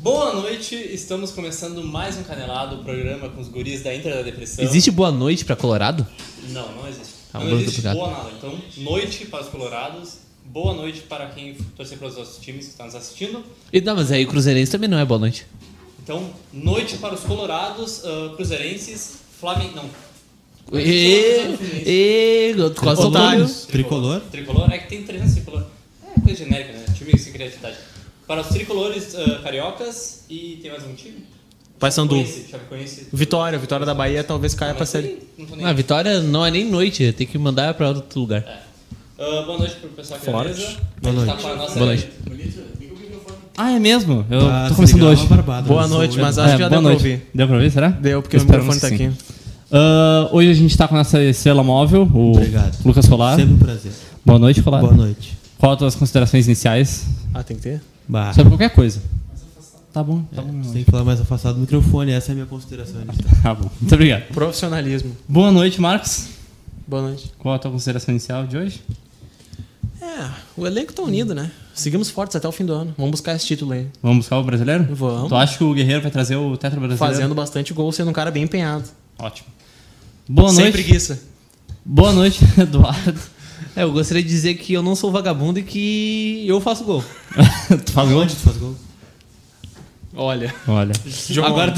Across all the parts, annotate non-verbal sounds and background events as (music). Boa noite, estamos começando mais um Canelado, o programa com os guris da Inter da Depressão. Existe boa noite pra Colorado? Não, não existe. Ah, Tá um não vamos existe duplicar. boa nada. Então, noite para os colorados, boa noite para quem torcer para os nossos times que está nos assistindo. E não, mas aí o Cruzeirense também não é boa noite. Então, noite para os colorados, ah, cruzeirenses, Flamengo... Não, E, e, quase Otários. soltando. Tricolor. Tricolor, é que tem 300 tricolor. É coisa genérica, né? Time sem criatividade. Para os tricolores ah, cariocas e tem mais um time? Paysandu. Chapecoense, Chapecoense. Vitória, Vitória da Bahia talvez caia pra Mas série. nem- Não tô nem A vitória não é nem noite, tem que mandar pra outro lugar. É. Ah, boa noite pro pessoal aqui Forte. da mesa. Boa A gente Tá noite. com a nossa Boa noite. Ah, é mesmo? Eu Ah, tô começando cigarro hoje. barbado, Boa né? noite, mas acho que já É, boa deu pra noite. ouvir. Deu pra ouvir, será? Deu, porque Eu o espero microfone tá que sim. aqui. Ah, hoje a gente tá com a nossa estrela móvel, o Obrigado. Lucas Colar. Sempre um prazer. Boa noite, Colar. Boa noite. Qual as tuas considerações iniciais? Ah, tem que ter? Bah. Sobre qualquer coisa. Tá bom, tá bom. Você tem que falar mais afastado do microfone, essa é a minha consideração inicial. (laughs) Tá bom. Muito obrigado. Profissionalismo. Boa noite, Marcos. Boa noite. Qual a tua consideração inicial de hoje? É, o elenco tá unido, né? Seguimos fortes até o fim do ano. Vamos buscar esse título aí. Vamos buscar o brasileiro? Vamos. Tu acha que o Guerreiro vai trazer o tetra brasileiro? Fazendo bastante gol, sendo um cara bem empenhado. Ótimo. Boa Sem noite. preguiça. Boa noite, Eduardo. É, eu gostaria de dizer que eu não sou vagabundo e que eu faço gol. tu faz gol? Onde tu faz gol? Olha. Olha. Jogo Agora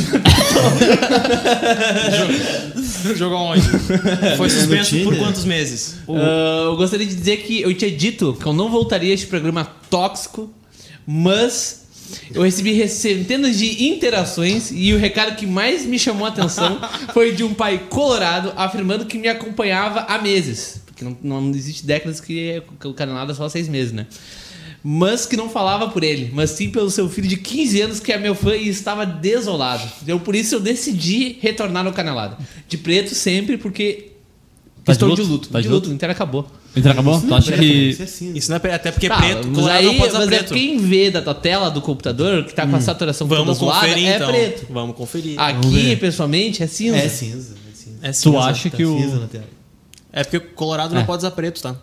(laughs) tu... Jogo aonde? Foi suspenso por Tinder? quantos meses? Ah, eu gostaria de dizer que eu tinha dito que eu não voltaria a este programa tóxico, mas eu recebi re- centenas de interações e o recado que mais me chamou a (laughs) atenção foi de um pai colorado afirmando que me acompanhava há meses. Porque não, não existe décadas que é- que o canelada é só seis meses, né? Mas que não falava por ele, mas sim pelo seu filho de 15 anos que é meu fã e estava desolado. Então por isso eu decidi retornar no canelada. De preto sempre, porque Tá de estou luto? de luto. Tá de de luto, o Inter acabou. Então acabou? Tu acha que Isso é assim, né? Isso não é... pre- Até porque Tá, preto, mas colorado aí, não pode usar mas preto. Hum. é quem vê da tua tela do computador, que tá com a saturação toda Vamos zoada, conferir, é então. preto. Ah. Vamos conferir. Aqui, pessoalmente, é cinza. É cinza, é cinza. É tu cinza. acha Tá que o cinza na tela. É porque o colorado É. não pode usar preto, tá?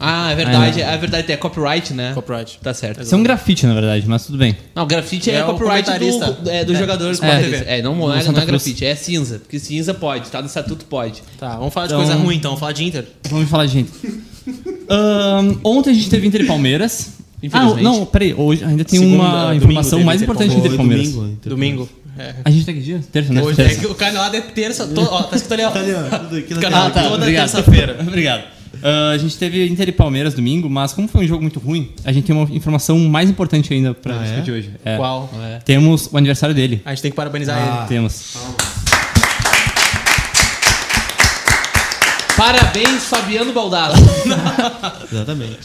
Ah, é verdade. Ah, é verdade, é copyright, né? Copyright. Tá certo. Isso é um grafite, na verdade, mas tudo bem. Não, grafite é, É o copyright comentarista. do, é, do jogador Sport é. TV. É, não, não, é, Santa não é Cruz. grafite, é cinza. Porque cinza pode, tá no estatuto pode. Tá, vamos falar de Então- coisa ruim então, vamos falar de Inter. Vamos falar, gente. Ahn, ontem a gente teve Inter e Palmeiras. Infelizmente. Ah, não, peraí. Hoje ainda tem Segunda, uma domingo informação teve mais Inter e importante do Inter e Foi Palmeiras. domingo, então. Domingo. É. A gente tá que dia? Terça, né? Hoje Terça. é que o canelada é terça. to- ó, tá escrito ali, ó. Tá ali, ó, tudo aqui na Cara, tela. tá. toda obrigado. terça-feira. (laughs) obrigado. Ah, a gente teve Inter e Palmeiras domingo, mas como foi um jogo muito ruim, a gente tem uma informação mais importante ainda pra Ah, é? discutir hoje. É. Qual? Temos o aniversário dele. A gente tem que parabenizar Ah. Temos. Parabéns, Fabiano Baldassi. Exatamente.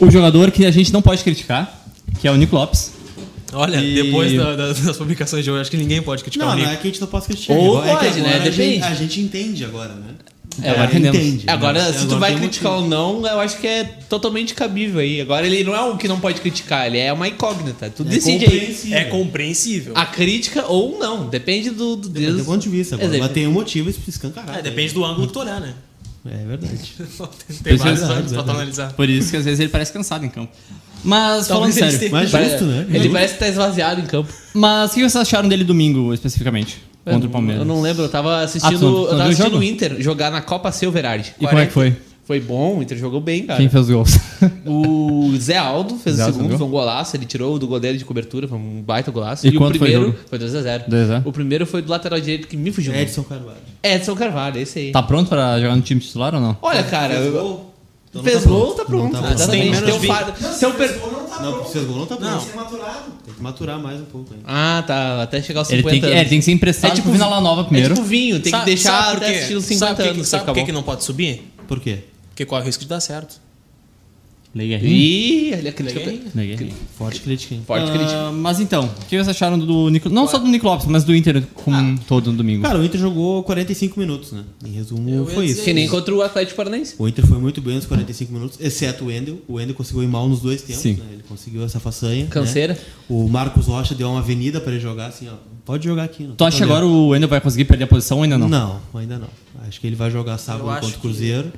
O jogador que a gente não pode criticar, que é o Nico Lopes. ele. Olha, E- depois da- da- das publicações de hoje, acho que ninguém pode criticar Não, o não Nico. é que a gente não possa criticar. Ou Agora- é que pode, né? agora a gente- Depende. A gente entende agora, né? É, agora entendemos. entende. Agora, né? se tu vai tem criticar motivo. ou não, eu acho que é totalmente cabível aí. Agora ele não é um que não pode criticar, ele é uma incógnita. Tu decide aí. compreensível. É compreensível. A crítica ou não, depende do, do Depende do Deus. ponto de vista agora. Exato. Mas tem um motivo escancarado. É, depende do ângulo que tu olhar, né? (laughs) É verdade. Tem, tem vários Exato, ângulos pra tu exato. analisar. Por isso que às vezes ele parece cansado em campo. Mas, falando Talvez ele sério. esteja- Mas Pare- justo, né? Ele parece que tá esvaziado em campo. Mas o que vocês acharam dele domingo, especificamente? Contra o Palmeiras. Eu não lembro, eu tava Ah, tu não- tu assistindo. não eu tava viu o assistindo jogo? o Inter jogar na Copa Silverard. E como é que foi? Foi bom, o Inter jogou bem, cara. Quem fez os gols? O Zé Aldo fez Zé o Aldo segundo, jogou? foi um golaço. Ele tirou o do goleiro de cobertura, foi um baita golaço. E o quanto foi o primeiro jogo? foi 2x0. 2 a É 0. O primeiro foi do lateral direito que me fugiu. muito. Edson Carvalho. Edson Carvalho, esse aí. Tá pronto pra jogar no time titular ou não? Olha, cara, Fez eu- gol? Então não fez tá gol, tá pronto. Não tá pronto. Tem Exatamente. menos Tem um vi- fado. Seu per- Não, fez gol não tá pronto. Não. Tem que ser maturado. Tem que maturar mais um pouco ainda. Ah, tá. Até chegar aos Ele 50 tem, que, é, anos. ele tem que ser emprestado É tipo pro Vila Nova É primeiro. tipo vinho, tem Sabe- que deixar sabe por até quê? assistir os 50 sabe por quê- anos. Sabe por que, acabou. que não pode subir? Por quê? Porque corre o risco de dar certo. Liga aí. Ih, ele é crítica. Liga aí. Forte crítica, hein? Forte crítica. Ah, mas então, o que vocês acharam do Nico... Não só do Nico Lopes, mas do Inter como um Ah. todo no domingo. Cara, o Inter jogou 45 minutos, né? Em resumo, Eu ia foi isso. dizer Que nem contra o Atlético Paranaense. O Inter foi muito bem nos 45 minutos, exceto o Wendel. O Wendel conseguiu ir mal nos dois tempos, Sim. né? Ele conseguiu essa façanha. Canseira. né? O Marcos Rocha deu uma avenida pra ele jogar, assim, ó. Pode jogar aqui. Não tu tem acha que problema. agora o Wendel vai conseguir perder a posição ou ainda não? Não, ainda não. Acho que ele vai jogar sábado Eu acho contra o Cruzeiro.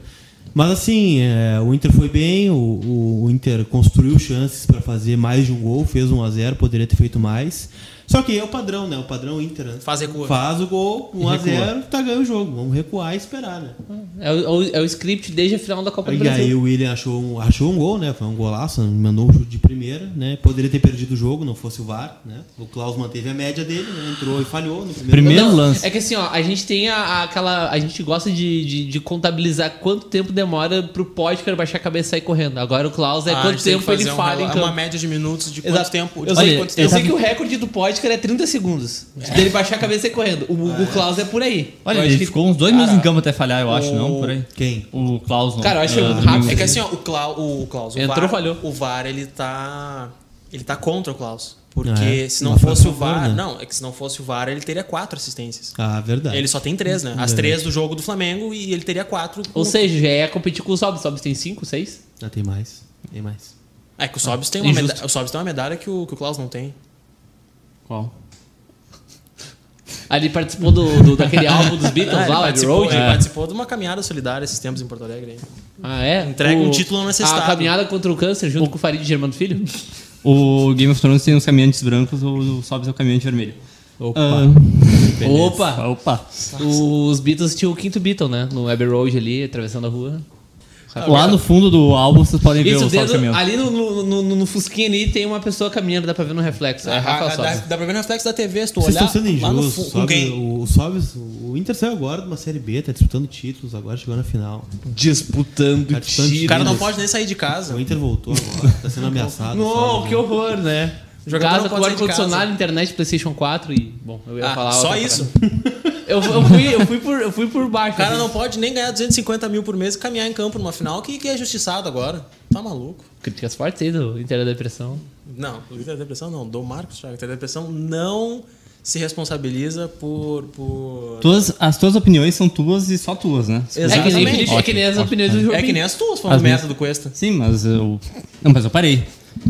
Mas assim, é, o Inter foi bem, o, o- o Inter construiu chances para fazer mais de um gol, fez 1 a 0 poderia ter feito mais. Só que é o padrão, né? O padrão Inter, né? Faz recua. Faz o gol, 1 E a recua. 0 tá ganhando o jogo. Vamos recuar e esperar, né? É o, é o script desde a final da Copa do E Brasil. aí o William achou um, achou um gol, né? Foi um golaço, mandou um chute de primeira, né? Poderia ter perdido o jogo, não fosse o VAR, né? O Klaus manteve a média dele, né? Entrou e falhou no primeiro. Primeiro- Não, lance. É que assim, ó, a gente tem a- a- aquela. A gente gosta de, de, de contabilizar quanto tempo demora pro Podker baixar a cabeça e sair correndo. Agora o Klaus é Ah, a quanto gente tem que tempo ele fazer um fala em rela- campo. Uma média de minutos de quanto Exato. tempo. de Eu, sei, quanto eu tempo- sei que o recorde do Podker é 30 segundos. Dele baixar a cabeça e sair correndo. O, o Klaus é por aí. Olha, Eu acho ele que- ficou uns dois minutos em campo até falhar, eu acho, não? Por aí. Quem? O Klaus não. Cara, eu acho Ah, rápido. Domingo. É que assim, ó, o, Clau, o, o Klaus. O Entrou, VAR, falhou. O VAR, ele tá. Ele tá contra o Klaus. Porque Ah, É, se não tá mas foi fosse a o favor, VAR. né? Não, é que se não fosse o VAR, ele teria quatro assistências. Ah, Tá. verdade. Ele só tem três, né? As três do jogo do Flamengo e ele teria quatro. com- Ou seja, já é competir com o Sobs. Sobs tem 5, 6? Ah, tem mais. Tem mais. É que o Sobs tem uma Injusto. medalha. O Sobs tem uma medalha que o, que o Klaus não tem. Qual? Ali participou do, (laughs) do- daquele álbum dos Beatles Ah, ele lá, Abbey participou, Road. ele é. participou de uma caminhada solidária esses tempos em Porto Alegre. aí. Ah, é? Entrega um título não A necessitado. caminhada contra o câncer junto com o Farid Germano Filho? O Game of Thrones tem os caminhantes brancos, o, o Sobs é o caminhante vermelho. Opa. Opa! Ah, opa. Os Beatles tinham o quinto Beatle, né? No Abbey Road ali, atravessando a rua. Lá no fundo do álbum vocês podem ver Isso, o Sobs dedo, caminhando. ali no, no, no- no- no fusquinha ali tem uma pessoa caminhando, dá pra ver no reflexo. É Rafa Ah, dá, Sobs. dá pra ver no reflexo da TV, se tu Vocês olhar. estão sendo lá no fu- injustos. com Sobe, quem? o, o, sobe, o Inter saiu agora de uma Série B, tá disputando títulos, agora chegou na final. Ah, Disputando Participando de O cara não títulos. pode nem sair de casa. O Inter voltou agora, (laughs) tá sendo ameaçado. Não, sabe? que horror, né? O jogador casa não com pode sair de ar-condicionado, internet, Playstation 4 e. Bom, eu ia Ah, falar. só outra isso. parada. Eu, eu fui, eu, fui por, eu fui por baixo. O cara assim. não pode nem ganhar 250 mil por mês e caminhar em campo numa final que, que é justiçado agora. Tá maluco? Críticas fortes aí do Inter da Depressão. Não, o Inter da Depressão não. Do Marcos Chagas. O Inter da Depressão não se responsabiliza por. por... Tuas- as tuas opiniões são tuas e só tuas, né? É que, nem, Exatamente. é que nem as Ótimo, opiniões do É que Rubinho. nem as tuas foram As meta do Cuesta. Sim, mas eu. Não, mas eu parei.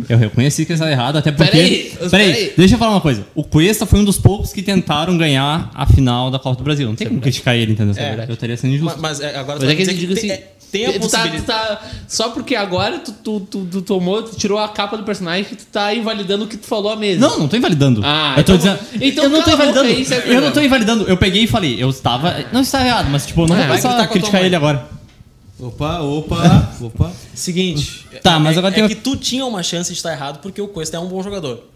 Eu reconheci que estava errado, até porque. Peraí, peraí, peraí. deixa eu falar uma coisa. O Cuesta foi um dos poucos que tentaram ganhar a final da Copa do Brasil. Não tem como criticar ele, entendeu? um É verdade. Eu estaria sendo Ma- injusto. Mas, é, agora tu Mas vai é que dizer eu digo assim. tem, é, tem a tu tá- possibilidade. tu tá- só porque agora tu, tu, tu, tu tomou, tu tirou a capa do personagem que tu tá invalidando o que tu falou há meses. Não, não tô invalidando. Ah, eu tô então- dizendo. então eu não tô cala a boca invalidando. aí, isso é eu não tô verdade. invalidando. Eu peguei e falei. Eu estava. Não está errado, mas tipo, eu não Ah, vou vai começar gritar a com a tua criticar mãe. ele agora. Opa, opa, opa. Seguinte. Tá, mas é, agora é tem que tu tinha uma chance de estar errado porque o Cuesta é um bom jogador.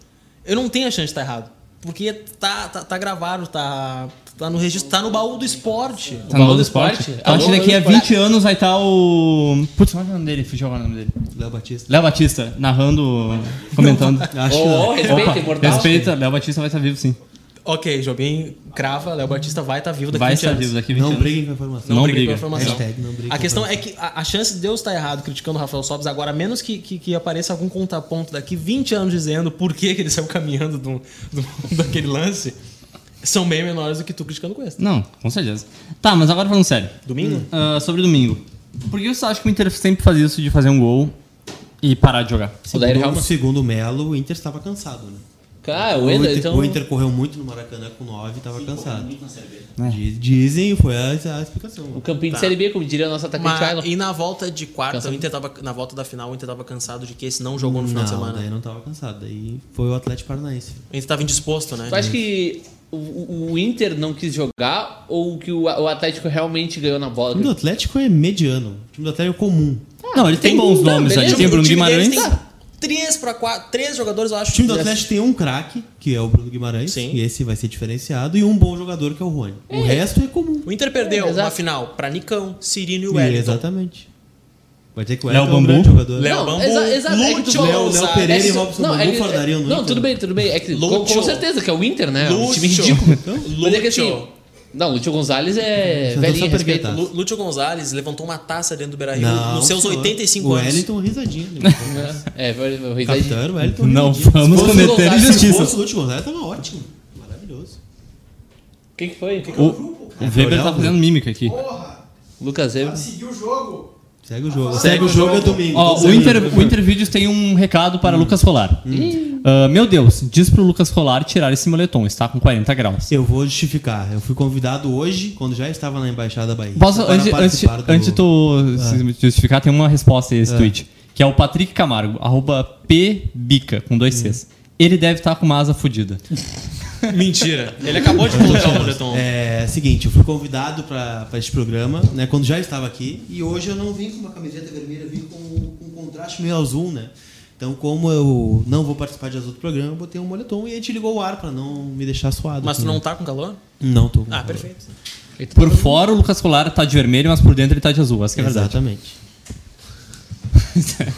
Eu não tenho a chance de estar errado. Porque tá, tá, tá gravado, tá, tá no registro, tá no baú do esporte. Tá Baú no do do Esporte? esporte. Alô, Eu acho que daqui a Baú do 20 anos vai estar o. Putz, qual é o nome dele? Fugiu agora o nome dele. Léo Batista. Léo Batista, narrando, comentando. Acho que Oh, não. oh, respeita, Opa, imortal. Respeita, Léo Batista vai estar vivo, sim. Ok, Jobim crava, Léo Batista vai estar vivo daqui Vai 20 estar anos. vivo daqui a 20 Não anos. briguem com a informação. Não, Não brigue briga. pela informação. Hashtag não brigue a com questão é que a, a chance de Deus estar errado criticando o Rafael Sobes agora, a menos que, que, que apareça algum contraponto daqui 20 anos dizendo por que, que ele saiu caminhando do, do- (laughs) daquele lance, são bem menores do que tu criticando com esse. Não, com certeza. Tá, mas agora falando sério. Domingo? Ah, sobre domingo. Por que você acha que o Inter sempre faz isso de fazer um gol e parar de jogar? O Dair Segundo, Helma. segundo o Melo, o Inter estava cansado, né? Cara, O o Ender, Inter, então. o Inter correu muito no Maracanã com 9 e estava cansado. Diz- Dizem, foi a, a explicação. Tá. O campinho de Série B, como diria o nosso atacante Carlos. Tá. Mas, e na volta de quarta, Cansado. o Inter tava, na volta da final, o Inter tava cansado de que esse não jogou no final não, né? de semana. daí não estava cansado. Daí foi o Atlético Paranaense. O Inter tava indisposto, né? Tu acha que o- o, o Inter não quis jogar ou que o, o Atlético realmente ganhou na bola? O time do Atlético é mediano. O time do Atlético é comum. Não, ele tem, bons não, nomes beleza. ali. Tem O Bruno time deles Guimarães. tem Três pra quatro, três jogadores, eu acho. O time do Atlético tem um craque, que é o Bruno Guimarães, Sim. e esse vai ser diferenciado, e um bom jogador, que é o Rony. O resto é comum. O Inter perdeu É, uma exato. final pra Nicão, Cirino e E, Wellington. Exatamente. Vai ter que o Léo Wellington é um Bambu. grande jogador. Léo Não, Bambu, exa- exa- é que tu- Lúcio, Léo- Léo Zá- É Pereira que e tu- Robson não, é Bambu que- fardariam né? no Não, Inter. tudo bem, tudo bem. É que, com, Lúcio. com certeza que é o Inter, né? Um time Lúcio. (laughs) ridículo. Então, Mas é que Lúcio. assim, não, o Lúcio Gonzalez é Sensação velhinho, respeito. pergueta. Lu- Lúcio Gonzalez levantou uma taça dentro do Beira-Rio Não, nos seus senhor. 85 o anos. Wellington risadinha. né? É, foi- foi- foi- Capitão era o Wellington é Não risadinha. vamos Se fosse o cometer Gonzalez, Se injustiça. fosse o Lúcio Gonzalez, tava ótimo. Maravilhoso. Quem que foi? O, o É, Weber olhar tá o- fazendo mímica aqui. Lucas Weber. Seguiu o jogo. Segue o jogo. Segue o jogo é domingo. Ó, Segue o, Inter, o Inter Vídeos tem um recado para Lucas Rolar. Ah, meu Deus, diz pro Lucas Rolar tirar esse moletom, está com 40 graus. Eu vou justificar. Eu fui convidado hoje, quando já estava na Embaixada Bahia. Posso, para antes, antes, participar do- antes de tu se justificar, tem uma resposta a esse tweet. Que é o Patrick Camargo, arroba pbica, com dois Cs. Ele deve estar com uma asa fodida. (laughs) Mentira. Ele acabou de colocar o moletom. (laughs) É seguinte, eu fui convidado para este programa, né? Quando já estava aqui. E hoje eu não vim com uma camiseta vermelha, eu vim com, com um contraste meio azul, né? Então, como eu não vou participar de azul do programa, eu botei um moletom e a gente ligou o ar para não me deixar suado. assim, né. Mas tu não tá com calor? Não tô. com Ah, calor. perfeito. Por fora, o Lucas Colar tá de vermelho, mas por dentro ele tá de azul. Essa que é a verdade. Exatamente.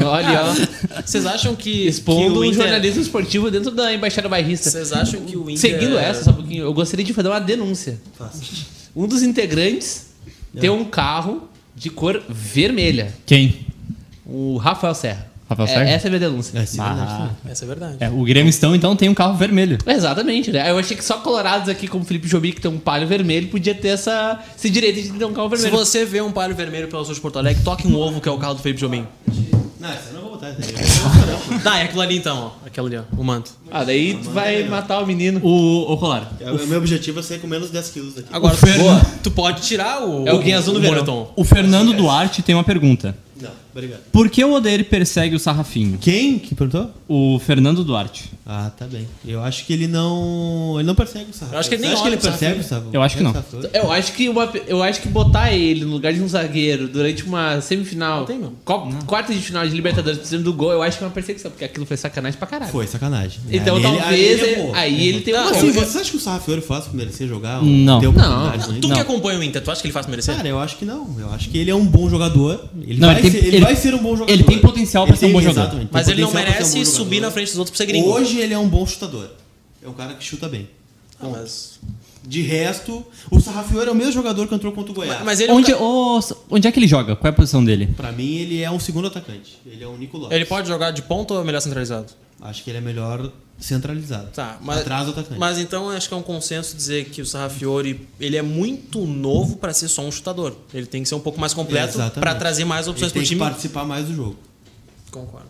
Olha, ó. Vocês acham que. Expondo que o o Inter- jornalismo esportivo dentro da Embaixada Bairrista. Vocês acham que o Inter. Seguindo essa, só um pouquinho, eu gostaria de fazer uma denúncia. Um dos integrantes tem um carro de cor vermelha. Quem? O Rafael Serra. Rafael É, Serra? essa é a minha denúncia. É, sim, verdade. Essa é verdade. É, o Grêmio Estão, então, tem um carro vermelho. Exatamente, né? Eu achei que só colorados aqui, como Felipe Jobim, que tem um palho vermelho, podia ter essa, esse direito de ter um carro Se vermelho. você vê um palho vermelho pela sua de Porto Alegre, toque um ovo, que é o carro do Felipe Jobim. Não, essa eu não vou botar. essa aí. Tá, é aquilo ali então, ó. Aquilo ali, ó. O manto. Ah, daí tu vai matar o menino. O, o Colar. O meu objetivo é sair com menos 10 quilos daqui. Agora, tu, Fer- tu pode tirar o. É o guinha azul no o verão. moletom. O Fernando Duarte tem uma pergunta. Não, obrigado. Por que o Odeir persegue o Sarrafinho? Quem que perguntou? O Fernando Duarte. Ah, tá bem. Eu acho que ele não. Ele não persegue o Sarrafo. Eu acho que ele Você nem acha que olha ele pro persegue o Sarrafo? Eu acho que não. Persegue o Sarrafo? Eu acho que uma, eu acho que botar ele no lugar de um zagueiro durante uma semifinal, tem, meu. co- quarta de final de Libertadores precisando do gol, eu acho que é uma perseguição, porque aquilo foi sacanagem pra caralho. Foi, sacanagem. Então Aí ele- talvez aí ele ele- errou. aí ele tem um Ah, gol. sim, vocês acham que o Sarrafiori faz pra merecer jogar? Ou Não. ter oportunidade, Não. né? Tu Não. que acompanha o Inter, tu acha que ele faz merecer? Cara, eu acho que não. Eu acho que ele é um bom jogador. Ele, Não, vai, ele tem- ser, ele ele- vai ser um bom jogador. ele tem potencial pra ser um bom jogador. exatamente, tem Mas ele não potencial pra ser um merece bom jogador. subir na frente dos outros pra ser gringo. Hoje ele é um bom chutador. É um cara que chuta bem. Ah, mas... De resto, o Sarrafiori é o mesmo jogador que entrou contra o Goiás. tá, mas ele. Onde, ô, onde é que ele joga? Qual é a posição dele? Pra mim, ele é um segundo atacante. Ele é o Nico Lopes. Ele pode jogar de ponta ou é melhor centralizado? Acho que ele é melhor centralizado. Tá, mas. Atrás né? do atacante. Mas então acho que é um consenso dizer que o Sarrafiori ele é muito novo pra ser só um chutador. Ele tem que ser um pouco mais completo Exatamente. pra trazer mais ele opções pro tem que time. participar mais do jogo. Concordo.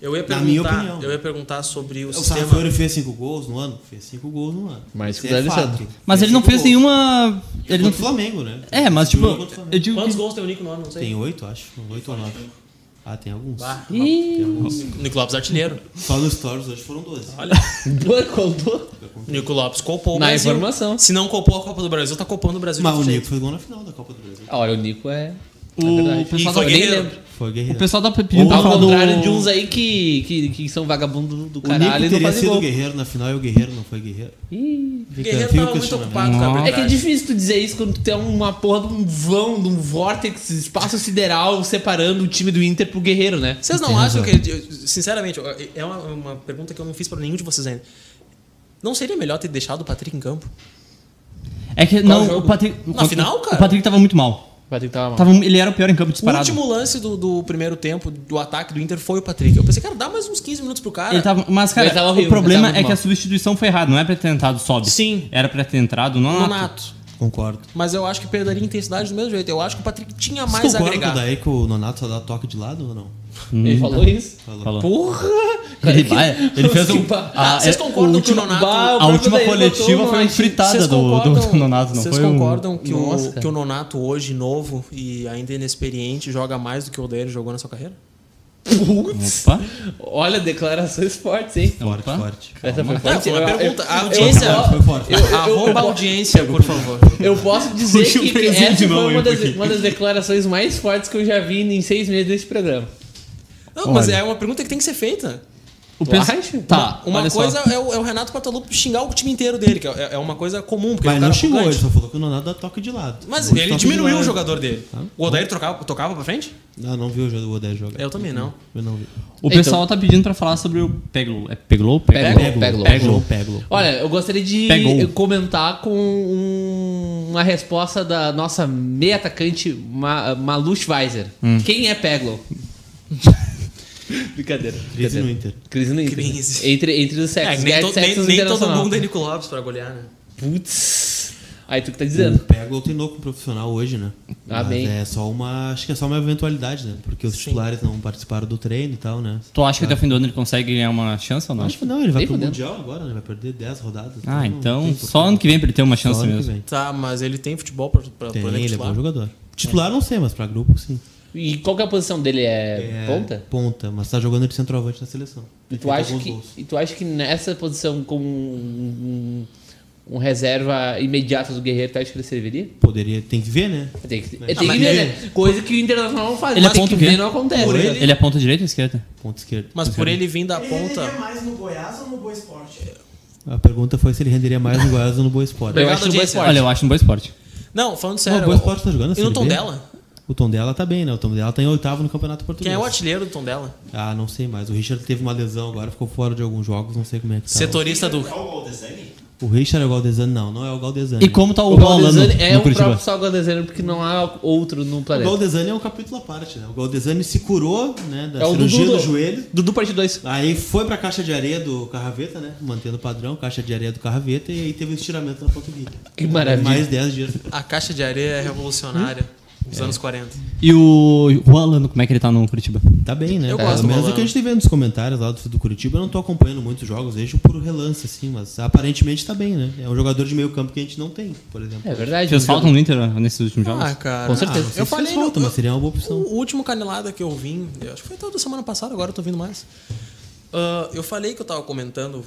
Eu ia Na minha perguntar, opinião. É eu ia perguntar sobre o, O sistema. Sarrafiori fez cinco gols no ano? Fez cinco gols no ano. Mais Isso é que o Zé Alessandro. fato. Mas ele não cinco fez gols. nenhuma. contra Ele não... o Flamengo, né? É, mas tipo. Jogou contra o Flamengo. Eu digo Quantos que... gols tem o Nico no ano? Não sei. Tem oito, acho. Oito ou nove. Ah, tem alguns. Bah, Ih, Nico Lopes artilheiro. Só nos Stories hoje foram 12. Olha, contou. Nico Lopes copou o Na Brasil. informação. Se não copou a Copa do Brasil, tá copando o Brasil. Mas o todo Nico jeito. fez gol na final da Copa do Brasil. Olha, o Nico é. O é verdade. pessoal Eu da- nem lembro. Foi O guerreiro. pessoal tá pedindo pra Ao falar do. contrário de uns aí que, que, que são vagabundos do, do O Nico caralho e não teria fazem sido gol. guerreiro na final e o guerreiro não foi guerreiro. Ih. Fica, Guerreiro fica o tava muito questionamento. ocupado com a Nossa. É que é habilidade. difícil tu dizer isso quando tu tem uma porra de um vão, de um vórtex, espaço sideral separando o time do Inter pro Guerreiro, né? Vocês não acham que. eu- Sinceramente, eu- é uma, uma pergunta que eu não fiz pra nenhum de vocês ainda. Não seria melhor ter deixado o Patrick em campo? É que Qual não, jogo? o Patrick. Na o- final, o- cara? O Patrick tava muito mal. Vai tentar mal. Tava, um- ele era o pior em campo O disparado. último lance do, do primeiro tempo do ataque do Inter foi o Patrick. Eu pensei, cara, dá mais uns 15 minutos pro cara. Ele tá tava, mas, cara, Ele tava o horrível, problema ele tava é muito que a mal. substituição foi errada. Não é pra ter entrado sobe. Sim. Era é pra ter entrado no no Nonato. Nato. Concordo. Mas eu acho que perderia intensidade do mesmo jeito. Eu acho que o Patrick tinha Vocês mais a concordam agregar. daí que o Nonato só dá toque de lado ou não? Ele falou isso? Uhum. Falou. Porra! Ele, vai- ele (laughs) fez um. Tá, a- vocês é- concordam o que o último- Nonato- a Ah, o última próprio daí botou coletiva foi uma- uma fritada Vocês do, do, (laughs) concordam- do Nonato, não Vocês foi? um- concordam que, Nossa, o, cara. que o Nonato, hoje novo e ainda inexperiente, joga mais do que o Odeiro jogou na sua carreira? Putz! Opa. Olha, declarações fortes, hein? Forte, Opa. forte. Essa foi Não, forte. foi uma Eu- eu- pergunta. Ah, A eu- audiência. eu- Foi forte. Arroba audiência, por favor. Eu posso (laughs) dizer Puxa o que pezinho de essa mão foi aí uma um das, pouquinho. uma das declarações mais fortes que eu já vi em seis meses desse programa. Não, mas Olha. é uma pergunta que tem que ser feita. O Tu pessoal- acha? Tá, Uma olha só. coisa é o, é o Renato Portaluppi xingar o time inteiro dele, que é, é uma coisa comum, porque ele é Mas um cara não xingou, ele arrogante. só falou que o Nonato dá toque de lado. Mas Dá ele toque de diminuiu o lado. jogador dele. Ah. O Odair trocava, tocava pra frente? Não, não vi o jogo do Odair jogar. Eu também não. Eu não vi. O Então- pessoal tá pedindo pra falar sobre o Peglo. É Peglo? Peglo. Peglo. Peglo. Peglo, peglo. Olha, eu gostaria de Pegou. comentar com um- uma resposta da nossa meia atacante Ma, Malu Schweizer. Hum. Quem é (laughs) Peglo? Brincadeira. Crise no brincadeira. Inter. Crise no Inter. Crise. Entre, entre os É, sexos. nem, guerra de to- nem- sexos nem todo internacional. mundo é Nico Lopes pra golear, né? Putz. Aí tu que tá dizendo. Pega o Tinoco um profissional hoje, né? Ah, Mas bem. É só uma. Acho que é só uma eventualidade, né? Porque os titulares não participaram do treino e tal, né? Tu É. acha que até o fim do ano ele consegue ganhar uma chance ou não? Acho que não, ele vai Nem pro fudendo. Mundial agora, né? Vai perder 10 rodadas. Ah, não então tem só porquê. ano que vem pra ele ter uma Só chance ano que mesmo. vem. Tá, mas ele tem futebol pra, pra, Tem, pra ele é titular? bom jogador. Titular não sei, mas pra grupo sim. E qual que é a posição dele? É, ponta? Ponta, mas tá jogando de centroavante na seleção. E tu, é Fez acha alguns que, gols. e tu acha que nessa posição com um, um- um reserva imediata do Guerreiro, tu acha que ele serviria? Poderia, tem que ver, né? Tem que, Ah, tem que mas ver, ele- né? Coisa que o Internacional não faz. Ele é mas tem ponto que o quê? ver, não acontece. Por né? ele- Ele é ponta direita ou esquerda? Ponta esquerda. Mas por ele vir da ponta. é renderia mais no Goiás ou no Boa Esporte? A pergunta foi se ele renderia mais no Goiás ou no Boa Esporte. Eu Obrigado, acho no Boa audiência. Esporte. Olha, eu acho um bom esporte. Não, falando Não, sério. o Boa Esporte tá jogando a E no Série tom B? dela? O tom dela tá bem, né? O tom dela tá em oitavo no Campeonato Quem Português. é o artilheiro do tom dela? Ah, não sei mais. O Richard teve uma lesão agora, ficou fora de alguns jogos, não sei como é que tá. Setorista do. É o Galdesani? O Richard é o Galdesano? Não, não é o Galdesano. E como tá o, O Paulano Galdesani é no um o próprio Curitiba? só Galdesani, porque não há outro no O planeta. Galdesani é um capítulo à parte, né? O Galdesani se curou, né, da É o cirurgia Dudu do do- joelho. Dudu parte 2. Aí foi pra caixa de areia do Carraveta, né? Mantendo o padrão, caixa de areia do Carraveta, e aí teve o estiramento na ponta guia. Que maravilha. Mais 10 dias. A caixa de Hum? areia é revolucionária É. dos anos 40. E o Juan Lano, como é que ele tá no Curitiba? Tá bem, né? Eu É, gosto do Pelo menos Rolando. o que a gente tem vendo nos comentários lá do, do Curitiba, eu não tô acompanhando muitos jogos, vejo por relance, assim, mas aparentemente tá bem, né? É um jogador de meio campo que a gente não tem, por exemplo. É verdade. Fez um falta no Inter né, nesses últimos jogos? Ah, cara. Com certeza. não sei Eu se falei fez falta, no- mas seria uma boa O opção. último canelada que eu vim, eu acho que foi toda semana passada, agora eu tô vindo mais. Ah, eu falei que eu tava comentando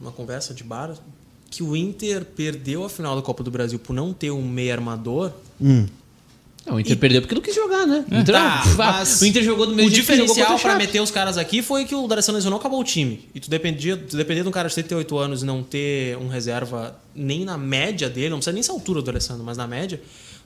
numa conversa de bar que o Inter perdeu a final da Copa do Brasil por não ter um meio armador. jogo- Não, o Inter perdeu porque não quis jogar, né? É. O Inter, Tá, vá, mas o Inter jogou do mesmo o jeito que jogou contra diferencial o pra Chape. meter os caras aqui foi que o D'Alessandro lesionou, acabou o time. E tu dependia, tu dependia de um cara de 78 anos e não ter um reserva nem na média dele, não precisa nem essa altura do Alessandro, mas na média.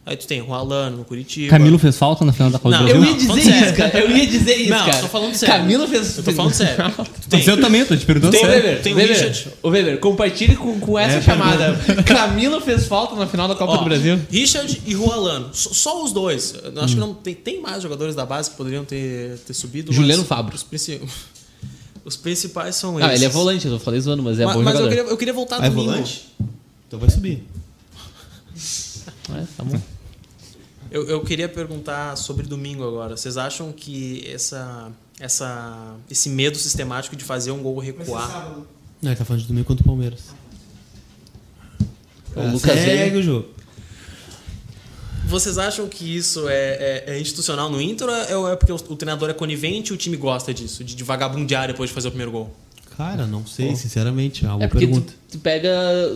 Aí tu tem o Alano no Curitiba. Camilo fez falta na final da Copa Não, do Eu Brasil? ia Não, falando dizer isso, sério. cara. Eu ia dizer isso, Não, cara. tô falando sério. Camilo fez... Eu tô falando sério. (laughs) Tu tem- Mas eu também, eu tô te perguntando. Ô, Tem- sério. Weber, tem o Weber, É, Richard. Ô, Weber, compartilhe com, com essa (laughs) chamada. Camilo fez falta na final da Copa Ó, do Brasil. Richard e Rualano. Só, só os dois. Eu Acho que não tem, tem mais jogadores da base que poderiam ter, ter subido. mas Juliano Fabro. Os, princi- (laughs) os principais são eles. Ah, ele é volante, eu falei zoando, mas é mas bom mas eu, jogador. queria, eu queria voltar Ah, é domingo. volante? Então vai subir. É, tá bom. Eu, eu queria perguntar sobre domingo agora. Vocês acham que essa, essa, esse medo sistemático de fazer um gol Vai ser recuar. sábado. Não, ele tá falando de domingo contra o Palmeiras. O Ah, Lucas segue Veio. o jogo. Vocês acham que isso é, é- é institucional no Inter ou é- ou é porque o, o treinador é conivente e o time gosta disso? De, de vagabundear depois de fazer o primeiro gol? Cara, não sei, sinceramente. É uma É boa porque tu, pergunta. tu pega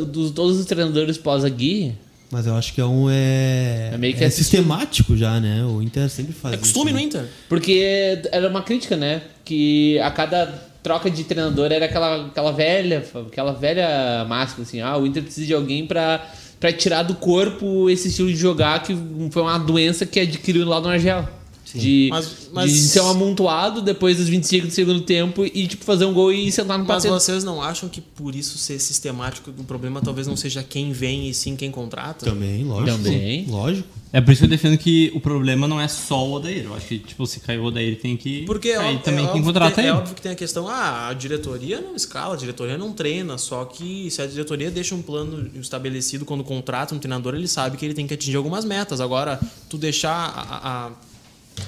dos, todos os treinadores pós-Gui, Mas eu acho que é um. É, É meio que é é sistemático já, né? O Inter sempre faz. É costume isso, no né? Inter. porque era uma crítica, né? Que a cada troca de treinador era aquela, aquela velha, aquela velha máxima, assim, ah, o Inter precisa de alguém pra, pra tirar do corpo esse estilo de jogar que foi uma doença que adquiriu lá no Argel. De, Mas- mas- de ser um amontoado depois dos 25 do segundo tempo e, tipo, fazer um gol e sentar no Mas pateiro. vocês não acham que por isso ser sistemático, o problema talvez não seja quem vem e sim quem contrata? Também, lógico. Também. Lógico. É por isso que eu defendo que o problema não é só o Odair. Eu acho que, tipo, se caiu o Odair, tem que. Porque é, Aí óbvio- é também quem óbvio que contrata tem, é ele. óbvio que tem a questão, ah, a diretoria não escala, a diretoria não treina, só que se a diretoria deixa um plano estabelecido quando contrata um treinador, ele sabe que ele tem que atingir algumas metas. Agora, tu deixar a- a- a-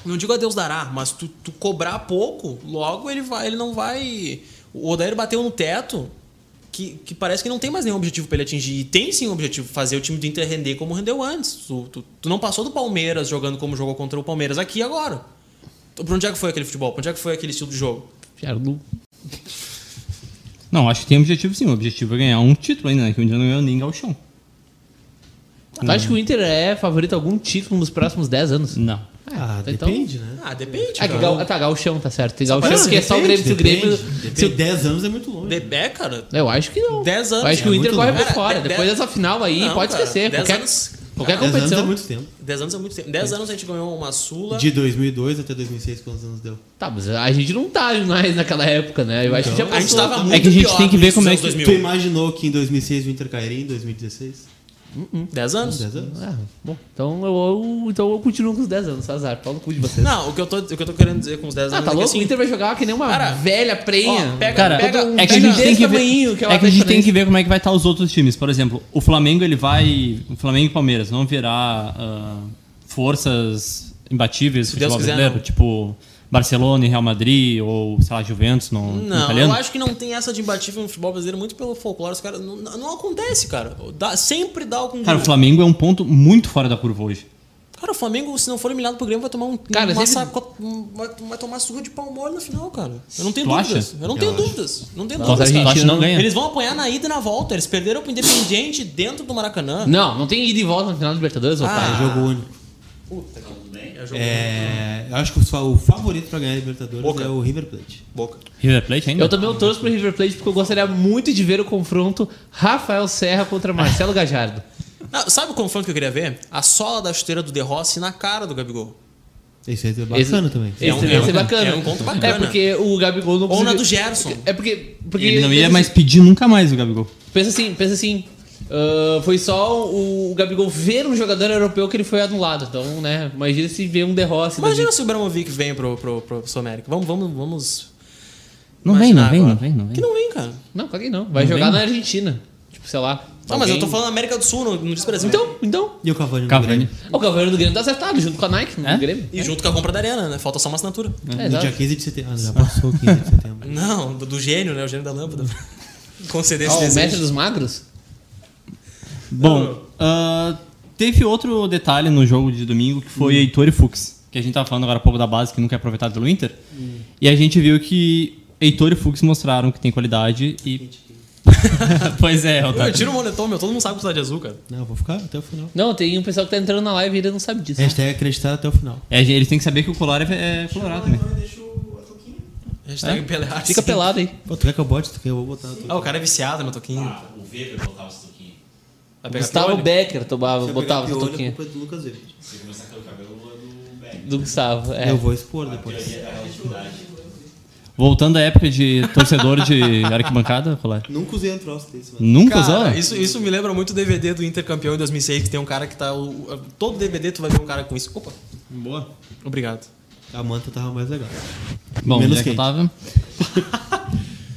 não digo a Deus dará, mas tu, tu cobrar pouco, logo ele vai, ele não vai. O Odair bateu no teto que, que parece que não tem mais nenhum objetivo pra ele atingir. E tem sim um objetivo, fazer o time do Inter render como rendeu antes. Tu, tu, tu não passou do Palmeiras jogando como jogou contra o Palmeiras aqui e agora. Então, Pra onde é que foi aquele futebol? Pra onde é que foi aquele estilo de jogo? Geraldo. Não, acho que tem objetivo sim. O objetivo é ganhar um título ainda, né? Que o Inter não ganhou nem Galchão. Tu acha que o Inter é favorito a algum título nos próximos 10 anos? Não. Ah, então- depende, né? Ah, Ah, depende, Ah, que cara. gal, tá, Galchão, tá certo. Tem Galchão, parece que é só o Grêmio. Se o Grêmio. Depende. se o- 10 anos é muito longe. De- é, cara. eu acho que não. 10 anos. Eu acho que é o Inter muito corre longe. por fora. Cara, Depois dez- dessa final aí, Não, pode cara, esquecer. dez Qualquer, anos- qualquer 10 anos é competição. muito tempo. 10 anos é muito tempo. 10 anos a gente ganhou uma Sula. De 2002 até 2006, quantos anos deu? Tá, mas a gente não tá mais naquela época, né? Eu acho que já Então, A gente passou. tava muito que a gente pior tem que ver nos como é anos que- 2000. Tu imaginou que em 2006 o Inter cairia em 2016? 10 anos? 10 anos. Ah, bom, então eu, eu- então eu continuo com os 10 anos, azar. Pau no cu de vocês. Não, o que, eu tô, o que eu tô querendo dizer com os 10 Ah, anos tá é que louco? assim, o Inter vai jogar que nem uma Cara, velha prenha. ó, pega- Cara, pega um- é que a pega gente tem desse que ver, tamanhinho que é o é que a gente tem Atlético que ver como é que vai estar os outros times. Por exemplo, o Flamengo ele vai, o Flamengo e Palmeiras não virar ah, forças imbatíveis do Deus futebol quiser, brasileiro, não. tipo Barcelona e Real Madrid ou sei lá Juventus no, no Não, italiano. eu acho que não tem essa de imbatível no futebol brasileiro, muito pelo folclore. Os caras. Não, não acontece, cara. Dá- sempre dá algum. Cara, o Flamengo é um ponto muito fora da curva hoje. Cara, o Flamengo, se não for eliminado pro Grêmio, vai tomar um. Cara, sempre- uma saco- um- vai, vai tomar surra de pau mole no final, cara. Eu não tenho Tu dúvidas. acha? Eu não Eu tenho acho. dúvidas. Não tenho Tu dúvidas, acha- tu cara. acha que não ganha? Eles vão apanhar na ida e na volta. Eles perderam pro Independiente dentro do Maracanã. Não, não tem ida e volta no final do Ah. Libertadores, otário. É jogo único. É, eu acho que o fa- o favorito pra ganhar a Libertadores é o River Plate. Boca. River Plate ainda? Eu também eu torço pro River Plate porque eu gostaria muito de ver o confronto Rafael Serra contra Marcelo Gajardo. Ah, sabe o confronto que eu queria ver? A sola da chuteira do De Rossi na cara do Gabigol. Esse aí é bacana Esse- também. Esse, É um- esse é é, um- bacana. é um encontro bacana. É porque o Gabigol não Ou na conseguiu- do Gerson. É porque. porque Ele não ia pensa mais pedir nunca mais o Gabigol. assim- Pensa assim, pensa assim. ah, foi só o, o Gabigol ver um jogador europeu que ele foi anulado. Então, né? Imagina se vê um derroce. Imagina se o Bramovic vem pro, pro, pro Sul América. Vamos, vamos, vamos. Não vem, não imaginar vem, agora. não vem, não vem. Que não vem, cara. Não, claro que não. Vai Não jogar vem? na Argentina. Tipo, sei lá. Não, mas eu alguém- tô falando América do Sul, não, não diz Brasil. Então, então. E o Cavani no Cavani. né? Grêmio? O Cavaleiro do Grêmio tá acertado junto com a Nike no É? Uhum. Grêmio. E junto com a compra da Arena, né? Falta só uma assinatura. É, No exato. dia 15 de setembro. Ah, já passou o 15 de setembro. Não, do, do gênio, né? O gênio da (laughs) lâmpada. Conceder Ó, esse o mestre desejo. dos magros? Bom, ah, teve outro detalhe no jogo de domingo que foi Heitor e Fux, que a gente tava falando agora há pouco da base que nunca é aproveitada pelo Inter. E a gente viu que Heitor e Fux mostraram que tem qualidade e. pois é, Eu, eu Otávio. tiro o moletom, meu. Todo mundo sabe que tu tá de azul, cara. Não, eu vou ficar até o final. Não, tem um pessoal que tá entrando na live e ele não sabe disso. Hashtag acreditar até o final. É, gente, eles têm que saber que o colar é, é colorado também. Então eu deixo a toquinha. Hashtag Pelé Arce. Fica pelado aí. Pô, tu quer que eu bote? Tu quer? Eu vou botar. Tu... Ah, o cara é viciado no toquinho. Ah, o Weber botava os toquinhos. Vai pegar Gustavo piolho. Becker tomava, Se eu botava pegar essa piolho, toquinha. a culpa é do Lucas Weber. Se começar pelo cabelo, é do Beck. Do Gustavo, é. Eu vou expor depois. Teoria da relatividade. Voltando à época de torcedor de arquibancada, colar. Nunca usei um troço desse, mano. Nunca Cara, usou? isso, isso me lembra muito o DVD do Inter campeão em 2006, que tem um cara que tá... o- o- todo DVD tu vai ver um cara com isso. Opa, Boa. obrigado. A manta tava mais legal. Bom, Menos Menos é que eu quente. tava?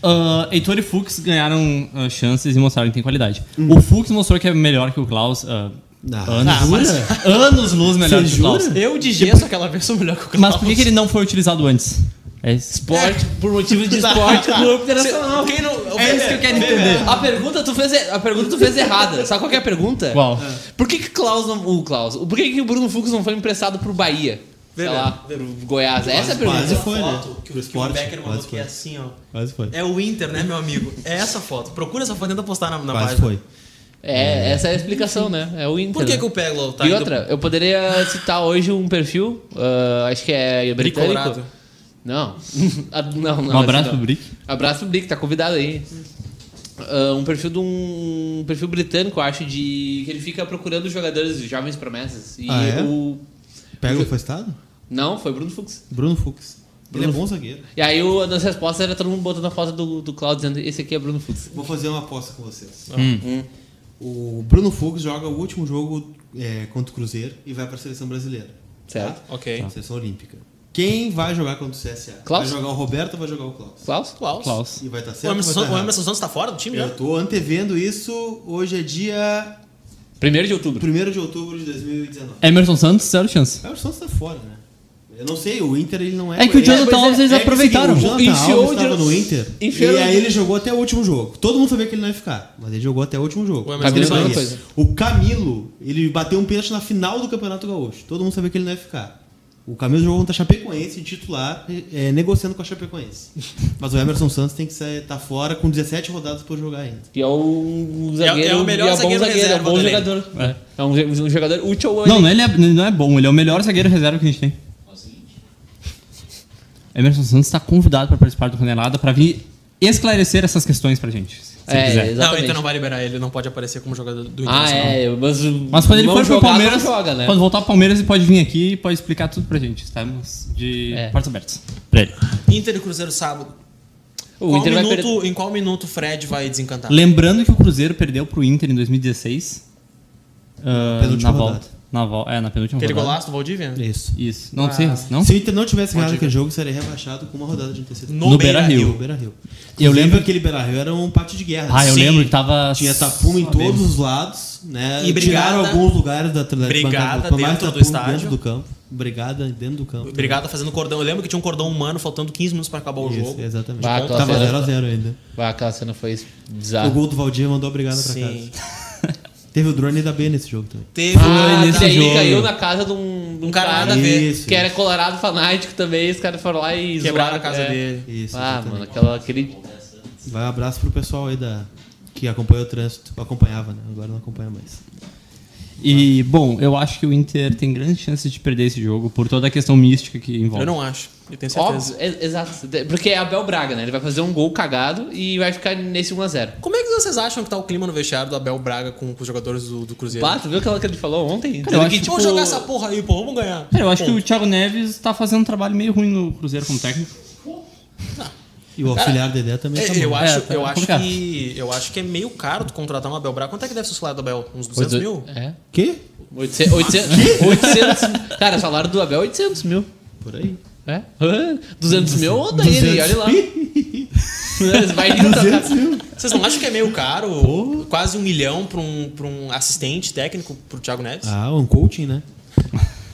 Ah, Heitor e Fux ganharam ah, chances e mostraram que tem qualidade. O Fux mostrou que é melhor que o Klaus. ah, Não. anos, anos luz melhor Você que o Klaus. jura? Eu de gesso aquela vez sou melhor que o Klaus. Mas por que, que ele não foi utilizado antes? É isso. Esporte, por motivos (laughs) de esporte, clube internacional. Tá. Quem não... É isso que eu quero entender. A pergunta tu fez, a pergunta tu fez errada. Sabe qual que é a pergunta? Qual? Por que que Klaus não, o Klaus, por que que o Bruno Fux não foi emprestado pro Bahia? Sei Verdade, lá, pro Goiás. Essa é a Quase pergunta. foi, né? foto que, Pro o- que o esporte, Becker mandou quase que foi. é assim, ó. Quase foi. É o Inter, né, meu amigo? É essa foto. Procura essa foto, tenta postar na, na Quase página. foi. É, essa é a explicação, né? É o Inter. Por que, né? que o Peglo tá e indo- outra, eu poderia citar hoje um perfil, ah, acho que é britânico. Tricolorado. Não. (laughs) Ah, não, não. Um abraço esse não. pro Brick. Abraço pro Brick, tá convidado aí. Ah, um perfil de um, um perfil britânico, acho, de que ele fica procurando jogadores jovens promessas. E Ah, é? o Pega o afastado? não, foi Bruno Fux. Bruno Fux. Ele é bom zagueiro. E aí o, nas respostas era todo mundo botando a foto do, do Claudio dizendo esse aqui é Bruno Fux. Vou fazer uma aposta com vocês. Ah. Hum. O Bruno Fux joga o último jogo é, contra o Cruzeiro e vai pra seleção brasileira. Certo? Ok. Tá. Seleção olímpica. Quem vai jogar contra o CSA? Klaus? Vai jogar o Roberto ou vai jogar o Klaus? Klaus? Klaus. Klaus. E vai estar O certo? ou vai Emerson, tá o errado? Emerson Santos tá fora do time já? Eu tô antevendo isso. Hoje é dia Primeiro de outubro. 1 de outubro de 2019. Emerson Santos, zero chance. É, o Santos tá fora, né? Eu não sei, o Inter ele não é. É que o ele- Jonathan Alves eles é que aproveitaram. O Jonathan Enfiou Alves o estava Jonathan- no Inter enfiou e o aí Jonathan- ele jogou até o último jogo. Todo mundo sabia que ele não ia ficar, mas ele jogou até o último jogo. Ué, mas Camilo só Bahia. uma coisa. O Camilo, ele bateu um pênalti na final do Campeonato Gaúcho. Todo mundo sabia que ele não ia ficar. O Camilo jogou contra a Chapecoense, titular, é, negociando com a Chapecoense. Mas o Emerson Santos tem que estar fora com 17 rodadas por jogar ainda. E é um É- é o zagueiro. melhor e é um bom zagueiro, é zagueiro um reserva bom do elenco. jogador. É, um, um jogador útil ao Não, não, ele é, não é bom, ele é o melhor zagueiro reserva que a gente tem. Emerson Santos está convidado para participar do Canelada para vir esclarecer essas questões pra gente. Se É, quiser. Não, o exatamente. Inter não vai liberar ele, não pode aparecer como jogador do Inter. Ah, é, mas, Mas quando ele não for pro jogar, não Palmeiras, joga, né? quando voltar pro Palmeiras, ele pode vir aqui e pode explicar tudo pra gente. Estamos de É. portas abertas pra ele. Inter e Cruzeiro sábado. O Qual Inter vai minuto, perder. Em qual minuto o Fred vai desencantar? Lembrando que o Cruzeiro perdeu pro Inter em 2016 ah, penúltima na volta. rodada. É Na volta. É, na penúltima né? Aquele rodada. golaço do Valdívia? Isso. Isso. Não, sei, não? Se o Inter não tivesse ganhado aquele jogo, seria rebaixado com uma rodada de antecedência. No Beira-Rio. No Beira-Rio. Eu Eu lembro- lembro que aquele Beira-Rio era um pátio de guerra. Ah, eu Sim. lembro que tava. Tinha tapume em todos os lados, né? E brigada- Tiraram alguns lugares da da Brigada arquibancada, tomaram dentro do tapume estádio. Dentro do campo. Brigada dentro do campo. Obrigado fazendo cordão. Eu lembro que tinha um cordão humano faltando 15 minutos pra acabar o Isso, tá jogo. exatamente. Bah, aquela Tava cena- 0x0 ainda. Bah, Ah, aquela cena foi Tá. O bizarra. gol do Valdir mandou a brigada pra Sim. casa. Teve o drone da B nesse jogo também. Teve Ah, um- esse aí jogo. caiu na casa de um, de um um cara cara nada a ver. Isso, que era colorado fanático também. Os caras foram lá e zoaram, Quebraram a casa é. dele. Isso, Ah, exatamente. mano, aquela, aquele Vai um abraço pro pessoal aí da... que acompanhou o trânsito. Acompanhava, né? Agora não acompanha mais. E, bom, eu acho que o Inter tem grandes chances de perder esse jogo por toda a questão mística que envolve. Eu não acho. Eu tenho certeza. Óbvio, é- exato. Porque é Abel Braga, né? Ele vai fazer um gol cagado e vai ficar nesse 1x0. Como é que vocês acham que tá o clima no vestiário do Abel Braga com, com os jogadores do, do Cruzeiro? Pá, tu viu aquela que ele falou ontem? Cara, eu Dizendo acho que, que- tipo, Vamos jogar essa porra aí, pô. Vamos ganhar. Cara, eu acho que Ponto. o Thiago Neves tá fazendo um trabalho meio ruim no Cruzeiro como técnico. E o auxiliar Dedé também É, tá eu bom. acho, É, tá eu, acho complicado. que, eu acho que é meio caro tu contratar um Abel Braga. Quanto é que deve ser o salário do Abel? Uns 200 oito- mil? É. Que? 800, 800 cara, o salário do Abel é 800 mil. Por aí. É? Hã? 200 mil, anda ele, olha lá. Vai vir Vocês não acham que é meio caro? Quase um milhão pra um, pra um assistente técnico pro Thiago Neves? Ah, um coaching, né?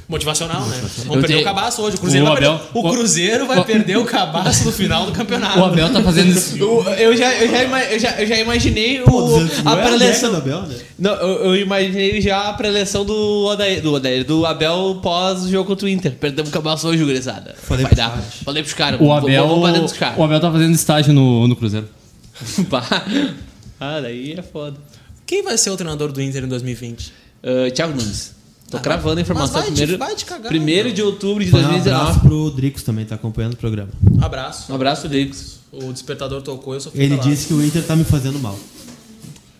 Motivacional, né? Vamos Eu perder te- o cabaço hoje. O Cruzeiro, O vai, Abel- perder... O Cruzeiro vai perder o cabaço no final do (laughs) campeonato. O Abel tá fazendo isso. Eu, eu, já, eu, já, ima- eu, já, eu já imaginei o, Pô, 200 mil a é a década preleção. do Abel, né? Não, eu, eu imaginei já a preleção do Odair, do, Odair, do Abel pós o jogo contra o Inter. Perdemos o cabaço hoje, gurizada. Falei Vai pros dar. caras. Falei pros caras. O vou- Abel, Vou, vou bater nos caras. o Abel tá fazendo estágio no, no Cruzeiro. (laughs) Pá. ah, daí é foda. Quem vai ser o treinador do Inter em 2020? Ah, Thiago Nunes. Tô cravando a informação. Mas vai te- primeiro vai te cagar, primeiro meu. de outubro de Foi um abraço 2019. pro Dricos também, tá acompanhando o programa. Abraço. Um abraço, Dricos. O despertador tocou, eu só fui Ele calado. disse que o Inter tá me fazendo mal.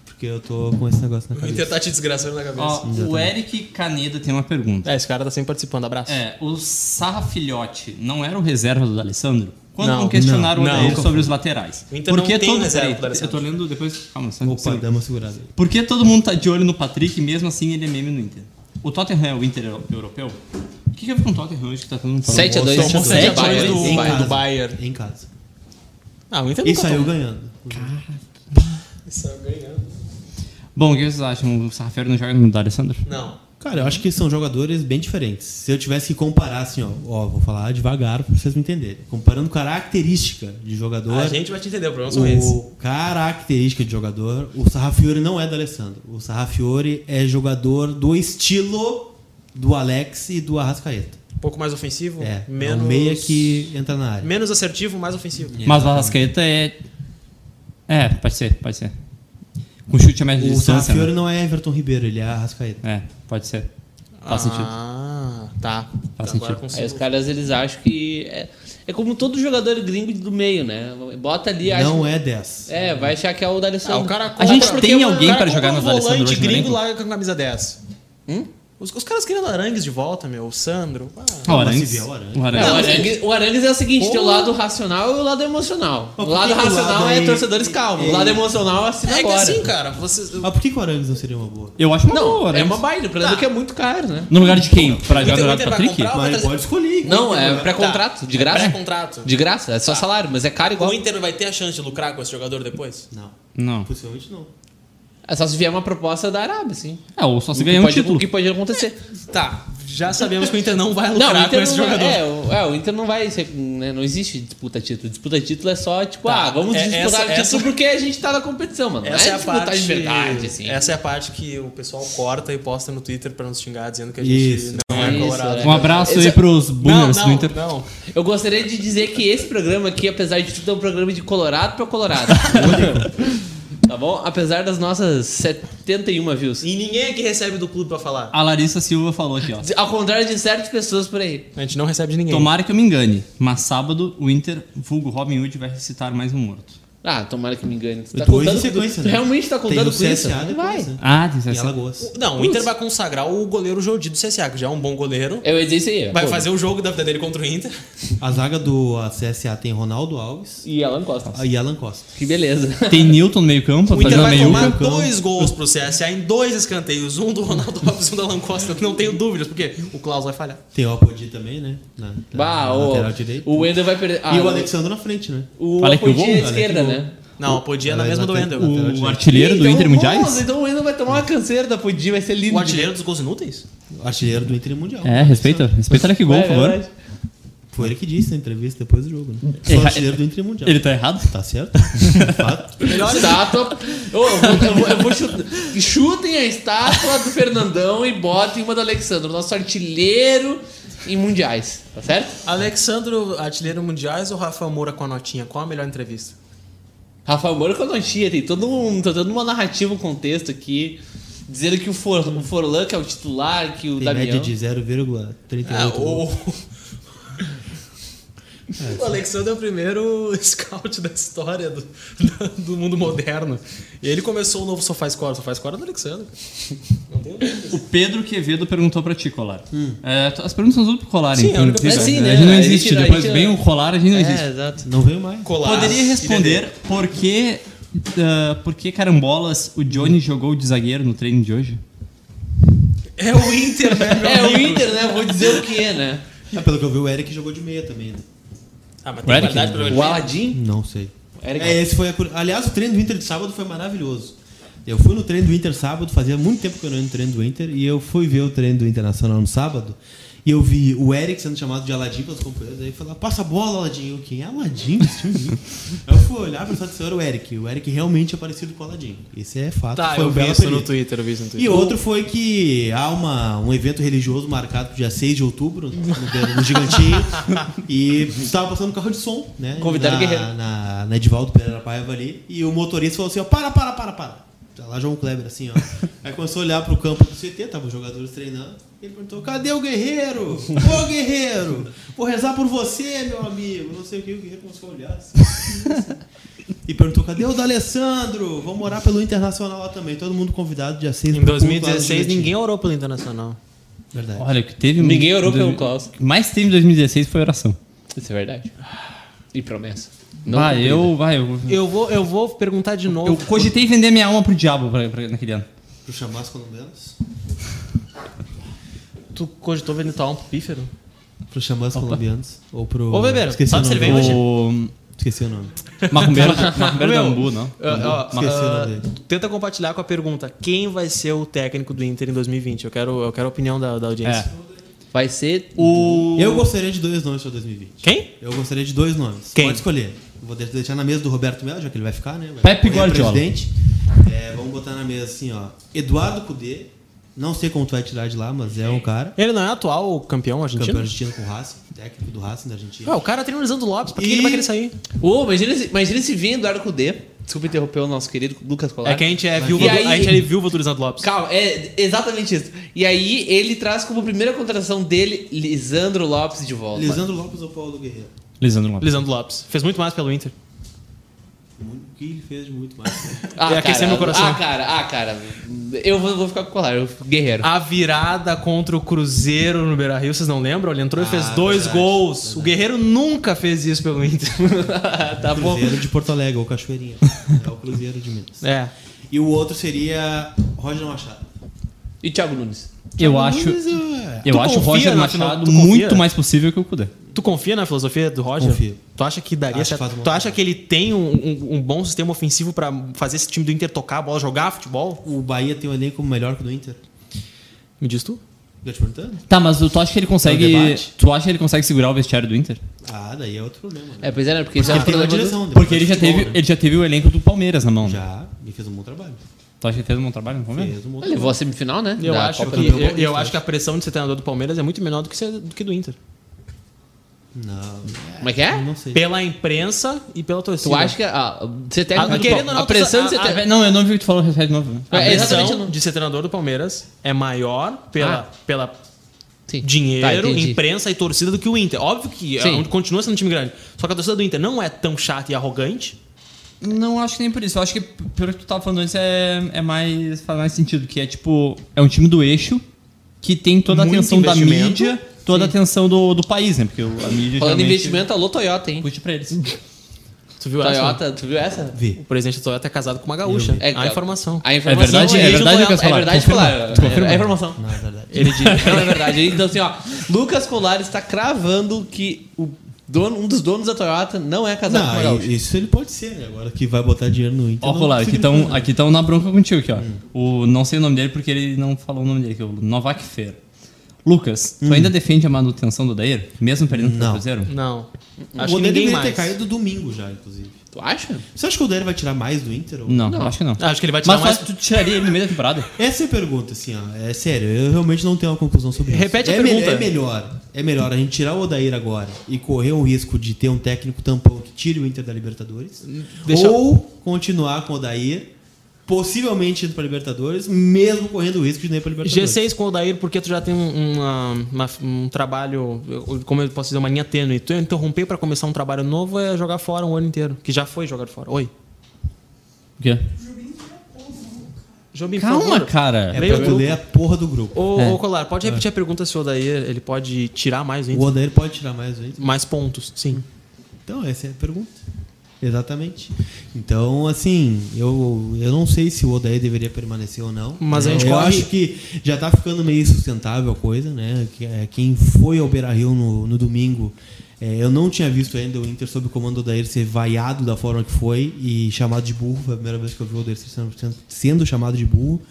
Porque eu tô com esse negócio na O cabeça. Inter tá te desgraçando na cabeça. o Eric Caneda tem uma pergunta. É, esse cara tá sempre participando. Abraço. É, o Sarra Filhote não era o reserva do Alessandro? Quando Não, não, questionaram não, o Odair não. sobre os laterais? O Inter não tem reserva peraí, do Alessandro. Eu tô lendo depois. Calma, tá só um Opa, segundo. dá uma segurada aí. Por que todo mundo tá de olho no Patrick e mesmo assim ele é meme no Inter? O Tottenham é o Inter europeu? O que que houve com o Tottenham hoje que tá todo mundo falando? Sete a dois, Tomou sete a dois, sete a Bayern, dois hein, do- Bayern. do Bayern. Em casa. Ah, o Inter E nunca saiu toma. ganhando. Saiu ganhando. Bom, o que vocês acham? O Sarra Filhote não joga no Alessandro? Não. Cara, eu acho que são jogadores bem diferentes. Se eu tivesse que comparar, assim, ó, ó vou falar devagar pra vocês me entenderem. Comparando característica de jogador, Ah, A gente vai te entender, o problema são eles. o característica de jogador, o Sarrafiore não é do Alessandro. O Sarrafiore é jogador do estilo do Alex e do Arrascaeta. Um pouco mais ofensivo, É, menos... é o meia que entra na área. Menos assertivo, mais ofensivo. Mas tá o Arrascaeta é. É, pode ser, pode ser. Com chute a média O distância. Sarrafiore Né? não é Everton Ribeiro, ele é Arrascaeta. É, pode ser. Faz sentido. Ah, tá. Faz Agora sentido. Aí os consigo. caras, eles acham que... É, é como todo jogador gringo do meio, né? Bota ali, acha... Não é 10. É, vai achar que é o da Alessandro. Ah, o cara A gente compra- tem porque o alguém cara pra compra jogar um no Alessandro volante hoje no gringo elenco? larga com a camisa 10. Hum? Os, os caras queriam Arangues de volta, meu. O Sandro. Ah, O mas Arangues. se vier o Arangues. O É, Arangues. o, Arangues, o Arangues é o seguinte, tem o lado racional e o lado emocional. O lado que que o racional lado é aí- torcedores calmos, o é- lado emocional é assim é que agora. assim, cara, vocês... Mas por que, que o Arangues não seria uma boa? Eu acho uma Não, boa, né? é Arangues. uma baile, o problema é Tá. que é muito caro, né? No lugar de quem? O Pra jogar Inter- no o lugar Inter do vai Patrick? comprar o- Mas pode escolher. Ah, tá- Tá. Não, é pré-contrato, de graça. É contrato. De graça, é só Tá. salário, mas é caro igual. O Inter vai ter a chance de lucrar com esse jogador depois? Não, Não. possivelmente não. É só se vier uma proposta da Arábia, assim. É, ou só O se que ganhar um pode- título. O que pode acontecer. Tá, já sabemos que o Inter não vai Não, (laughs) lucrar o com Inter esse não, jogador. é, o, é, o Inter não vai ser. né, não existe disputa título. Disputa título é só, tipo, Tá, ah, vamos é- disputar essa- o título essa- porque a gente tá na competição, mano. Essa é, não é, a disputar parte de verdade, assim. Essa é a parte que o pessoal corta e posta no Twitter pra nos xingar dizendo que a gente Isso. não é Isso, colorado. é. Um abraço Esse- aí pros Não, boomers do não, Inter. não. Eu gostaria de dizer que esse programa aqui, apesar de tudo, é um programa de colorado pra colorado. (laughs) tá bom? Apesar das nossas 71 views. E ninguém aqui recebe do clube pra falar. A Larissa Silva falou aqui, ó. Ao contrário de certas pessoas por aí. A gente não recebe de ninguém. Tomara que eu me engane, mas sábado o Inter, vulgo Robin Hood, vai recitar mais um morto. Ah, tomara que me engane. Tu tá Dois em contando, sequência, tu né? realmente tá Tem contando o com isso? CSA Não depois, vai. né? Ah, tem E essa. Alagoas. Não, o Inter vai consagrar o goleiro Jordi do CSA, que já é um bom goleiro. Eu ia dizer isso aí. é, Vai pô. fazer o jogo da vida dele contra o Inter. Tá A zaga do a CSA tem Ronaldo Alves E Alan Costa. e Alan Costa. Que (laughs) beleza. Tem Newton no meio-campo, O Inter fazendo a vai tomar meiuca. então. dois gols pro CSA em dois escanteios. Um do Ronaldo Alves e um da Alan Costa. Não tenho dúvidas, porque o Klaus vai falhar. Tem o Apodi também, né? Na, na- Bah, na o, lateral direito. o Wendel vai perder. Ah, E o Alexandre na frente, né? O Olha que Apodi gol, é olha esquerda, que gol. né? Não, podia na Ela é mesma do lateral- Wendel. lateral O direito. artilheiro do Então, Inter nossa, Mundiais? Então o Wendel vai tomar uma canseira da Apodi, vai ser lindo. O artilheiro dos gols inúteis? Artilheiro do Inter Mundial. É, respeita. Respeita olha que gol, É, por favor. verdade. Foi ele que disse na entrevista depois do jogo, né? Sou artilheiro do Inter Mundial. Ele tá errado? Tá (laughs) certo? De fato. Estátua. Ô, eu vou- eu vou, eu vou chutar. Chutem a estátua do Fernandão e botem uma do Alexandre, o nosso artilheiro em mundiais. Tá certo? Alexandro, artilheiro mundiais ou Rafa Moura com a notinha? Qual a melhor entrevista? Rafael Moura com a notinha, tem todo um, tá toda uma narrativa, um contexto aqui. Dizendo que o, For, o Forlan, que é o titular, que o Tem média Damião... Ah, de 0,38. Ah, o... gols. o Alexandre (laughs) é o primeiro (laughs) scout da história do, do mundo moderno. E ele começou o novo Sofá Score. Sofá Score é do Alexandre. Não tem dúvida. O Pedro Quevedo perguntou pra ti, Colar. É, tu- as perguntas são tudo pro Colar, Sim, então. é, inclusive. é Hum. sim, né? A gente não A gente- existe. a Depois gente- vem o Colar, a gente não existe. É, exato. Não veio mais. Colar. Poderia responder por que, ah, por que carambolas o Johnny jogou de zagueiro no treino de hoje? (laughs) É o Inter, né, meu É o amigo? Inter, né? Vou dizer o que é, né? Ah, pelo que eu vi, o Eric jogou de meia também. né? Ah, mas O tem Eric, qualidade pra O jogar de Aladim? Não sei. Eric. É, esse foi a... cur- Aliás, o treino do Inter de sábado foi maravilhoso. Eu fui no treino do Inter sábado, fazia muito tempo que eu não ia no treino do Inter, e eu fui ver o treino do Internacional no sábado, e eu vi o Eric sendo chamado de Aladim pelos companheiros, aí falar, passa a bola, Aladim. Eu, quem é Aladim? Esse time?" aí eu fui olhar pra esse senhor, o Eric. O Eric realmente é parecido com o Aladim. Esse é fato. Tá, foi eu um vi belo isso apelido. no Twitter, eu vi isso no Twitter. E outro foi que há uma, um evento religioso marcado pro dia 6 de outubro, no, no Gigantinho, e estava passando um carro de som, né? Convidaram na, o Guerreiro. Na, na Edivaldo Pereira Paiva ali, e o motorista falou assim, ó, para, para, para, para. Tá Lá João Kleber, assim, ó. Aí começou a olhar pro campo do CT, tava os jogadores treinando, e ele perguntou, cadê o Guerreiro? Ô, Guerreiro! Vou rezar por você, meu amigo! Não sei o que, o Guerreiro começou a olhar, assim. E perguntou, cadê o D'Alessandro? Vamos orar pelo Internacional lá também. Todo mundo convidado, dia 6. Em pro culto lá no 2016, Gigantinho. ninguém orou pelo Internacional. Verdade. Olha, o que teve. Ninguém em orou dois- pelo Klaus. O que mais teve em 2016 foi oração. Isso é verdade. E promessa. ah, cumprida. eu, vai, eu, Eu vou, eu vou perguntar de eu novo. cogitei vender minha alma pro diabo pra, pra- naquele ano. Pro Chamas colombianos? Tu cogitou vender tua alma pro pífero? Pro Chamas colombianos. Ou pro... Ô, Bebeiro, Esqueci sabe o se ele nome. vem hoje? O Esqueci o nome. Macumbeiro, Macumbeiro da Umbu, não? Ah, ah, Uhum. Esqueci o ah, nome dele. tenta compartilhar com a pergunta: quem vai ser o técnico do Inter em 2020? Eu quero, eu quero a opinião da, da audiência. Vai ser. O. Eu gostaria de dois nomes pra 2020. Quem? Eu gostaria de dois nomes. Quem? Pode escolher. Vou de- deixar na mesa do Roberto Melo, já que ele vai ficar, né? Vai Pepe correr Guardiola. Presidente. É, vamos botar na mesa assim, ó. Eduardo Cudê. Não sei como tu vai tirar de lá, mas é um cara. Ele não é atual campeão Campeão argentino? argentino com o Racing. Técnico do Racing da Argentina. Ah, o cara tá treinando o Lopes, pra que E- ele vai querer sair? Ô, imagina, se- imagina se vem Eduardo Cudê. Desculpa interromper o nosso querido Lucas Colar. É que a gente é E viúva, aí- do, a gente é viúva do Lisandro Lopes. Calma, é exatamente isso. E aí ele traz como primeira contratação dele Lisandro Lopes de volta. Lisandro Lopes ou Paulo Guerreiro? Lisandro Lopes. Lisandro Lopes. Fez muito mais pelo Inter. O que ele fez de muito mais? né? Ah, É aquecer meu coração. Ah, cara, ah, cara. Eu vou, vou ficar com o Colar, eu fico guerreiro. A virada contra o Cruzeiro no Beira Rio, vocês não lembram? Ele entrou e Ah, fez dois verdade, gols. O Guerreiro nunca fez isso pelo Inter. tá bom. Cruzeiro de Porto Alegre, ou Cachoeirinha. É o Cruzeiro de Minas. é. E o outro seria Roger Machado. é, E Thiago Nunes? Eu acho. Eu Tu acho o confia Roger na final- Machado tu confia? muito mais possível que o Kudê. Tu confia na filosofia do Roger? Confio. Tu acha que daria Acho que certo? faz um bom tu acha que ele tem um, um- um bom sistema ofensivo pra fazer esse time do Inter tocar a bola, jogar futebol? O Bahia tem um elenco melhor que o do Inter. Me diz tu? Já te perguntando? Tá, mas tu acha que ele É um consegue. debate. Tu acha que ele consegue segurar o vestiário do Inter? Ah, daí é outro problema. Né? É, pois é, né? Porque, já ele tem uma direção. depois Porque ele de já, futebol, teve, né? ele já teve o elenco do Palmeiras na mão. né? Já, me fez um bom trabalho. Tu acha que ele fez um bom trabalho no Palmeiras? Fez um bom Levou trabalho. a semifinal, né? Eu, Da acho Copa que, do eu, Brasil. eu acho que a pressão de ser treinador do Palmeiras é muito menor do que, ser- do, que do Inter. Não, Como é que é? não sei. Pela imprensa e pela torcida. Tu acha que a, ser técnico Ah, do querendo Pal- ou não, a pressão de tu ser sa- Ah, técnico. velho, não, eu não vi o que tu falou, repete de novo. né? a É, exatamente, pressão não. de ser treinador do Palmeiras é maior pela, Ah. pela Sim. Tá, dinheiro, entendi. imprensa e torcida do que o Inter. Óbvio que é Sim. um- continua sendo um time grande. Só que a torcida do Inter não é tão chata e arrogante Não acho que nem por isso. Eu acho que pelo que tu tava falando antes é, é mais. faz mais sentido, que é tipo. É um time do eixo que tem toda a Muito atenção da investimento. mídia, toda a atenção do, do país, né? Porque o- a mídia. Falando em geralmente investimento, alô Toyota, hein? Puxa pra eles. Tu viu essa? Toyota, tu viu essa? Vi. O presidente da Toyota é casado com uma gaúcha. É, a informação. A informação verdade? É ele verdade, juntou- Lucas É Colar? verdade, Confirma. Colar. Tu confirma? É informação. Não, é verdade. Ele diz, não é verdade. Então, assim, ó, Lucas Colar está cravando que o dono, um dos donos da Toyota não é casado com uma Não, gaúcha. e- isso ele pode ser, né? Agora que vai botar dinheiro no Inter. Ó, não colar, aqui significa estão nada. aqui tão na bronca contigo aqui, ó. O, não sei o nome dele porque ele não falou o nome dele, que é o Novak Fer. Lucas, tu ainda defende a manutenção do Dair? Mesmo perdendo pro Não. Cruzeiro? Não. Acho O que Odair ninguém deveria mais. ter caído domingo já, inclusive. Tu acha? Você acha que o Odair vai tirar mais do Inter? ou- Não, acho que não. Acho que ele vai tirar Mas mais. tu- tu tiraria ele no meio da temporada? Essa é a pergunta, assim, ó. É sério, eu realmente não tenho uma conclusão sobre Repete a isso. É pergunta. me- é melhor. É melhor a gente tirar o Odair agora e correr o risco de ter um técnico tampão que tire o Inter da Libertadores. Hum, deixa- Ou continuar com o Odair, possivelmente indo pra Libertadores, mesmo correndo o risco de não ir pra Libertadores. G6 com o Odair, porque tu já tem um, uma- uma- um trabalho, eu- como eu posso dizer, uma linha tênue. Tu interromper pra começar um trabalho novo é jogar fora um ano inteiro, que já foi jogado fora. Oi. O quê? Jobim, por Calma, favor. cara. É Leia o pra tu grupo. ler a porra do grupo. Ô, É. ô, Colar, pode repetir a pergunta se o Odair ele pode tirar mais o O Inter? Odair pode tirar mais do Inter? Mais pontos, sim. Então, essa é a pergunta. Exatamente. Então, assim, eu, eu não sei se o Odair deveria permanecer ou não. Mas a né? gente Eu corre- acho que já tá ficando meio sustentável a coisa, né? Que- é, Quem foi ao Beira-Rio no, no domingo, é, eu não tinha visto ainda o Inter sob o comando do Odair ser vaiado da forma que foi e chamado de burro. Foi a primeira vez que eu vi o Odair sendo, sendo- sendo chamado de burro.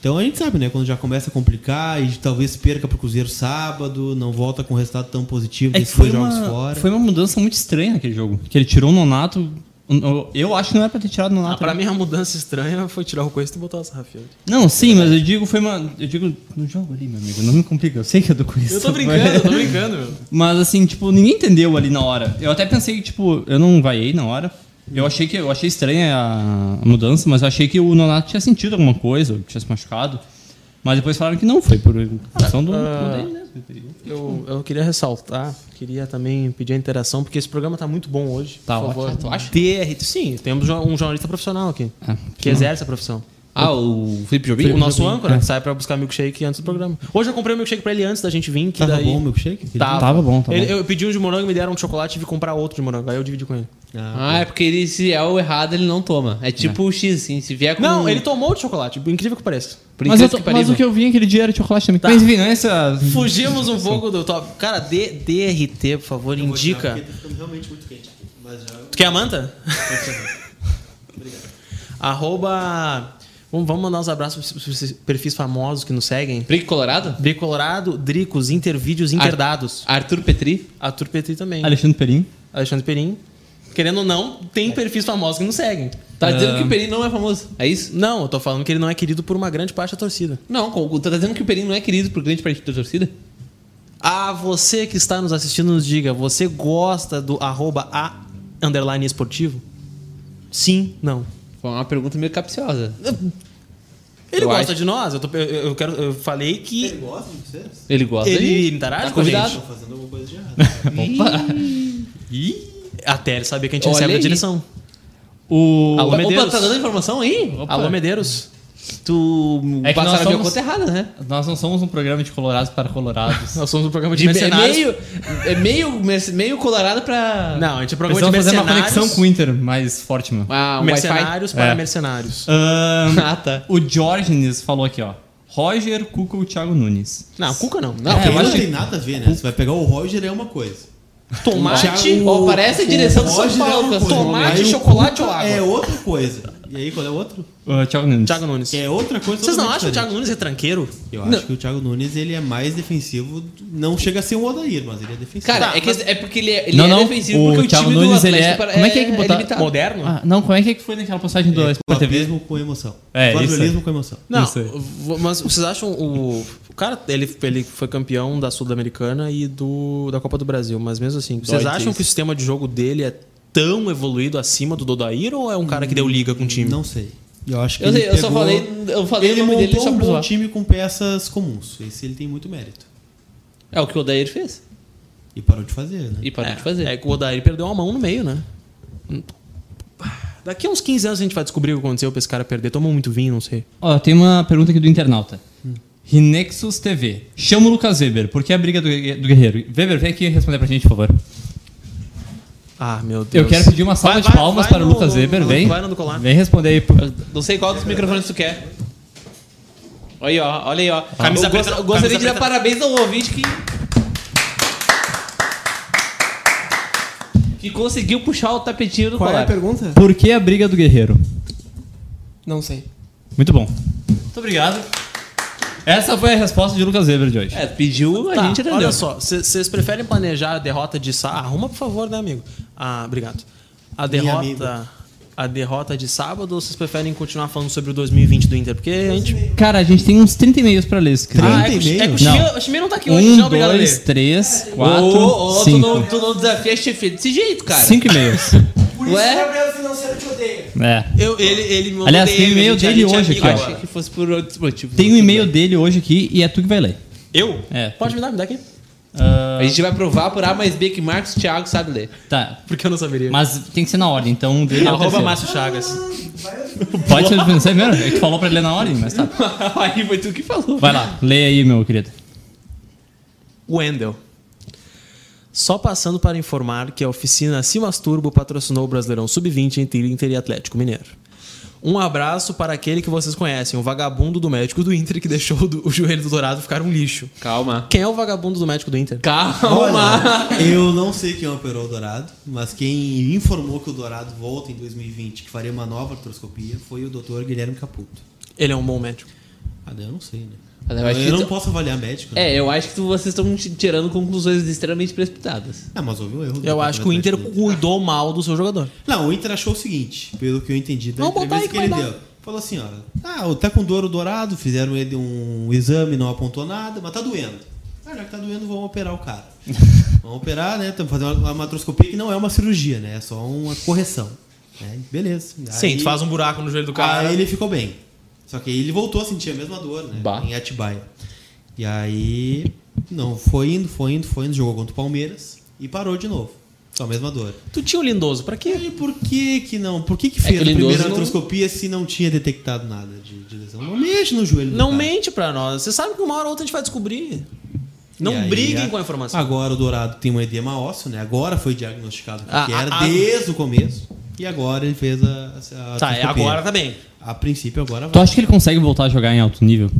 Então a gente sabe, né? Quando já começa a complicar e talvez perca pro Cruzeiro sábado, não volta com um resultado tão positivo, É que desses foi dois jogos uma, fora. foi uma mudança muito estranha naquele jogo. Que ele tirou o Nonato. Eu- Eu acho que não era pra ter tirado o Ah, Nonato. pra mim, a mudança estranha foi tirar o Cuesta e botar o Sarrafield. Não, sim, mas eu digo, foi uma. Eu digo no jogo ali, meu amigo. Não me complica, eu sei que eu tô com isso. Eu tô brincando, eu tô brincando, meu. Mas assim, tipo, ninguém entendeu ali na hora. Eu até pensei que, tipo, eu não vaiei na hora. Eu achei que eu achei estranha a a mudança, mas eu achei que o Nonato tinha sentido alguma coisa, ou tinha se machucado. Mas depois falaram que não, foi por questão do, do Ah, dele né? mesmo. Eu, eu queria ressaltar, queria também pedir a interação, porque esse programa tá muito bom hoje. Tá por favor. ótimo. Tu acha? TR, sim, temos jo- um jornalista profissional aqui, Ah, que exerce a profissão. Ah, o Felipe Jobim? o nosso âncora sai pra buscar milkshake antes do programa. Hoje eu comprei o milkshake pra ele antes da gente vir, que Tava daí... bom o milkshake? Aquele Tava. Tava bom, tava Ele- bom. Eu pedi um de morango, me deram um de chocolate e vi comprar outro de morango. Aí eu dividi com ele. Ah, é porque ele, se é o errado, ele não toma. É tipo o X, assim, se vier com... Não, ele tomou o de chocolate, incrível que pareça. Por Mas, eu incrível tô- mas pareça. o que eu vi aquele dia era chocolate também. Mas enfim, não é essa. Fugimos um pouco do top. Cara, D- DRT, por favor, indica. Porque tá ficando realmente muito quente aqui. Mas já. é um Tu quer a (laughs) manta? Arroba. Vamos, vamos mandar uns abraços pros- pros esses perfis famosos que nos seguem. Brick Colorado? Dri Colorado, Dricos, Intervídeos, Interdados. Arthur Petri? Arthur Petri também. Alexandre Perim. Alexandre Perim. Querendo ou não, tem É. perfis famosos que nos seguem. Tá dizendo que o Perim não é famoso, é isso? Não, eu tô falando que ele não é querido por uma grande parte da torcida. Não, com- tá dizendo que o Perim não é querido por grande parte da torcida? A você que está nos assistindo, nos diga, você gosta do arroba a underline esportivo? Sim, não. Foi uma pergunta meio capciosa. Ele Eu gosta acho. de nós? Eu, tô- eu- eu quero, eu falei que. Ele gosta de vocês? Ele gosta Ele de... interage tá com a gente. convidado. Estão fazendo alguma coisa de errado. Até ele sabia que a gente Olha recebe a aí. direção. O. Alô, Opa, Medeiros. tá dando informação aí? Alô, Medeiros. Tu É que nós passaram a minha somos- conta errada, né? Nós não somos um programa de colorados para colorados. Nós somos um programa de, De é mercenários. meio, é meio, merce- meio colorado pra... Não, a gente é um programa Precisamos de fazer uma mercenários. conexão com o Inter mais forte, mano. Ah, um Wi-Fi. mercenários para (laughs) É. mercenários. Ahn, (laughs) Ah, tá. o Diógenes falou aqui, ó. Roger, Cuca ou Thiago Nunes. Não, Cuca não. Não, Porque eu não acho tem nada a ver, né? Você vai pegar o Roger é uma coisa. Tomate. Thiago- Ó, parece a direção do São Roger Paulo, é uma cara. coisa. Tomate, Aí o chocolate Cuca ou água? É outra coisa. E aí, qual é o outro? Ah, Thiago Nunes. Thiago Nunes. Que é outra coisa. Vocês não totalmente acham o diferente. Thiago Nunes é tranqueiro? Eu acho que o Thiago Nunes ele é mais defensivo. Não chega a ser um Odair, mas ele é defensivo. Cara, Tá, é, que mas- é porque ele é, ele Não, é não, defensivo, o porque o Thiago time do Nunes, ele Atlético é- para- como é que é que botar- limitado. Moderno? Ah, não, como é que é que foi naquela postagem do Sport TV? Papismo com emoção. É, isso Papismo aí. com emoção. Não, Isso aí. v- mas vocês acham o. O cara, ele, ele foi campeão da Sul-Americana e do, da Copa do Brasil, mas mesmo assim, vocês Dói acham isso. que o sistema de jogo dele é tão evoluído acima do Dodair ou é um cara que deu liga com o time? Não sei. Eu acho que Eu, ele sei, eu só pegou- falei, eu falei Ele o nome montou dele só um pra bom zoar. time com peças comuns. Esse ele tem muito mérito. É o que o Odair fez. E parou de fazer, né? E parou de um- É fazer. que o Odair perdeu uma mão no meio, né? Daqui a uns 15 anos a gente vai descobrir o que aconteceu pra esse cara perder. Tomou muito vinho, não sei. Ó, tem uma pergunta aqui do internauta. Rinexus TV. Chama o Lucas Weber. Por que a briga do, do guerreiro? Weber, vem aqui responder pra gente, por favor. Ah, meu Deus. Eu quero pedir uma salva Vai- de vai- palmas vai para o no- Lucas Weber. no- Vem. Vai no do colar. Vem responder aí. pô. Não sei qual dos microfones tu quer. Olha aí, ó. Olha aí, ó. Ah, Camisa eu gost- preta- eu gostaria camisa de dar preta. parabéns ao ouvinte que... Que conseguiu puxar o tapetinho do Qual é colar. a pergunta? Por que a briga do guerreiro? Não sei. Muito bom. Muito obrigado. Essa foi a resposta de Lucas Weber de hoje. É, pediu, a Tá, gente entendeu. olha só, vocês preferem planejar a derrota de sábado? Arruma, por favor, né, amigo? Ah, obrigado. A derrota, a derrota de sábado ou vocês preferem continuar falando sobre o 2020 do Inter? Porque a gente. Cara, a gente tem uns 30 e-mails pra ler. Se quiser. Ah, é, que o- e-mail? é que o Não. Chimê- o Chimê não tá aqui hoje, um, não, obrigado a dois, ler. três, Ô, ô, quatro, ô, tu, não, cinco. tu não desafia a chefia é desse jeito, cara. Cinco e-mails. Por isso Ué? que o Gabriel Financeiro te odeia. (laughs) É. Eu, ele, ele me mandou Aliás, tem DM, e-mail gente, a dele gente é hoje amigo aqui, ó. Achei agora. que fosse por outros motivos. Tem um e-mail dele hoje aqui e é tu que vai ler. Eu? É. Ah, Pode me dar, me dá aqui. A gente vai provar por A mais B que Marcos Thiago sabe ler. Tá. Porque eu não saberia. Mas tem que ser na ordem, então dele é o Arroba terceiro. Márcio Chagas. Pode ser do primeiro? É que tu falou pra ele ler na ordem, mas (laughs) tá. aí foi tu que falou. Vai lá, leia aí, meu querido. Wendel. Só passando para informar que a oficina Se Masturbo patrocinou o Brasileirão Sub-20 entre Inter e Atlético Mineiro. Um abraço para aquele que vocês conhecem, o vagabundo do médico do Inter que deixou o do- o joelho do Dourado ficar um lixo. Calma. Quem é o vagabundo do médico do Inter? Calma. Eu não sei quem operou o Dourado, mas quem informou que o Dourado volta em 2020, que faria uma nova artroscopia, foi o Dr. Guilherme Caputo. Ele é um bom médico. Ah, daí eu não sei, né? Ah, daí eu Eu, acho que não tu- posso avaliar médico. né? É, eu acho que tu- vocês estão ti- tirando conclusões extremamente precipitadas. Ah, mas houve um erro. do Eu acho que o Inter Atlético Mineiro. cuidou mal do seu jogador. Não, o Inter achou o seguinte, pelo que eu entendi da Vamos botar aí entrevista que que ele vai deu. Falou assim, ó, ah, tá com dor o dourado, fizeram ele um exame, não apontou nada, mas tá doendo. Ah, já que tá doendo, vamos operar o (laughs) cara. vamos operar, né? Estamos fazendo uma, uma matroscopia que não é uma cirurgia, né? É só uma correção. né? Beleza. Sim, Aí- tu faz um buraco no joelho do cara. Aí ele ficou bem. Só que aí ele voltou a sentir a mesma dor, né? Bah. Em Atibaia. E aí, não, foi indo, foi indo, foi indo, jogou contra o Palmeiras e parou de novo. Só a mesma dor. Tu tinha o Lindoso, pra E quê? aí, por que que não? Por que que É fez que o a Lindoso primeira não- artroscopia se não tinha detectado nada de, de lesão? Não mexe no joelho do Não cara. mente pra nós. Você sabe que uma hora ou outra a gente vai descobrir. Não E aí, briguem com a Ah, informação. Agora o Dourado tem um edema ósseo, né? Agora foi diagnosticado o que Ah, que era ah, ah. desde o começo. E agora ele fez a, a Tá, é artroscopia. agora tá bem. A princípio agora Tu vai. acha que ele consegue voltar a jogar em alto nível?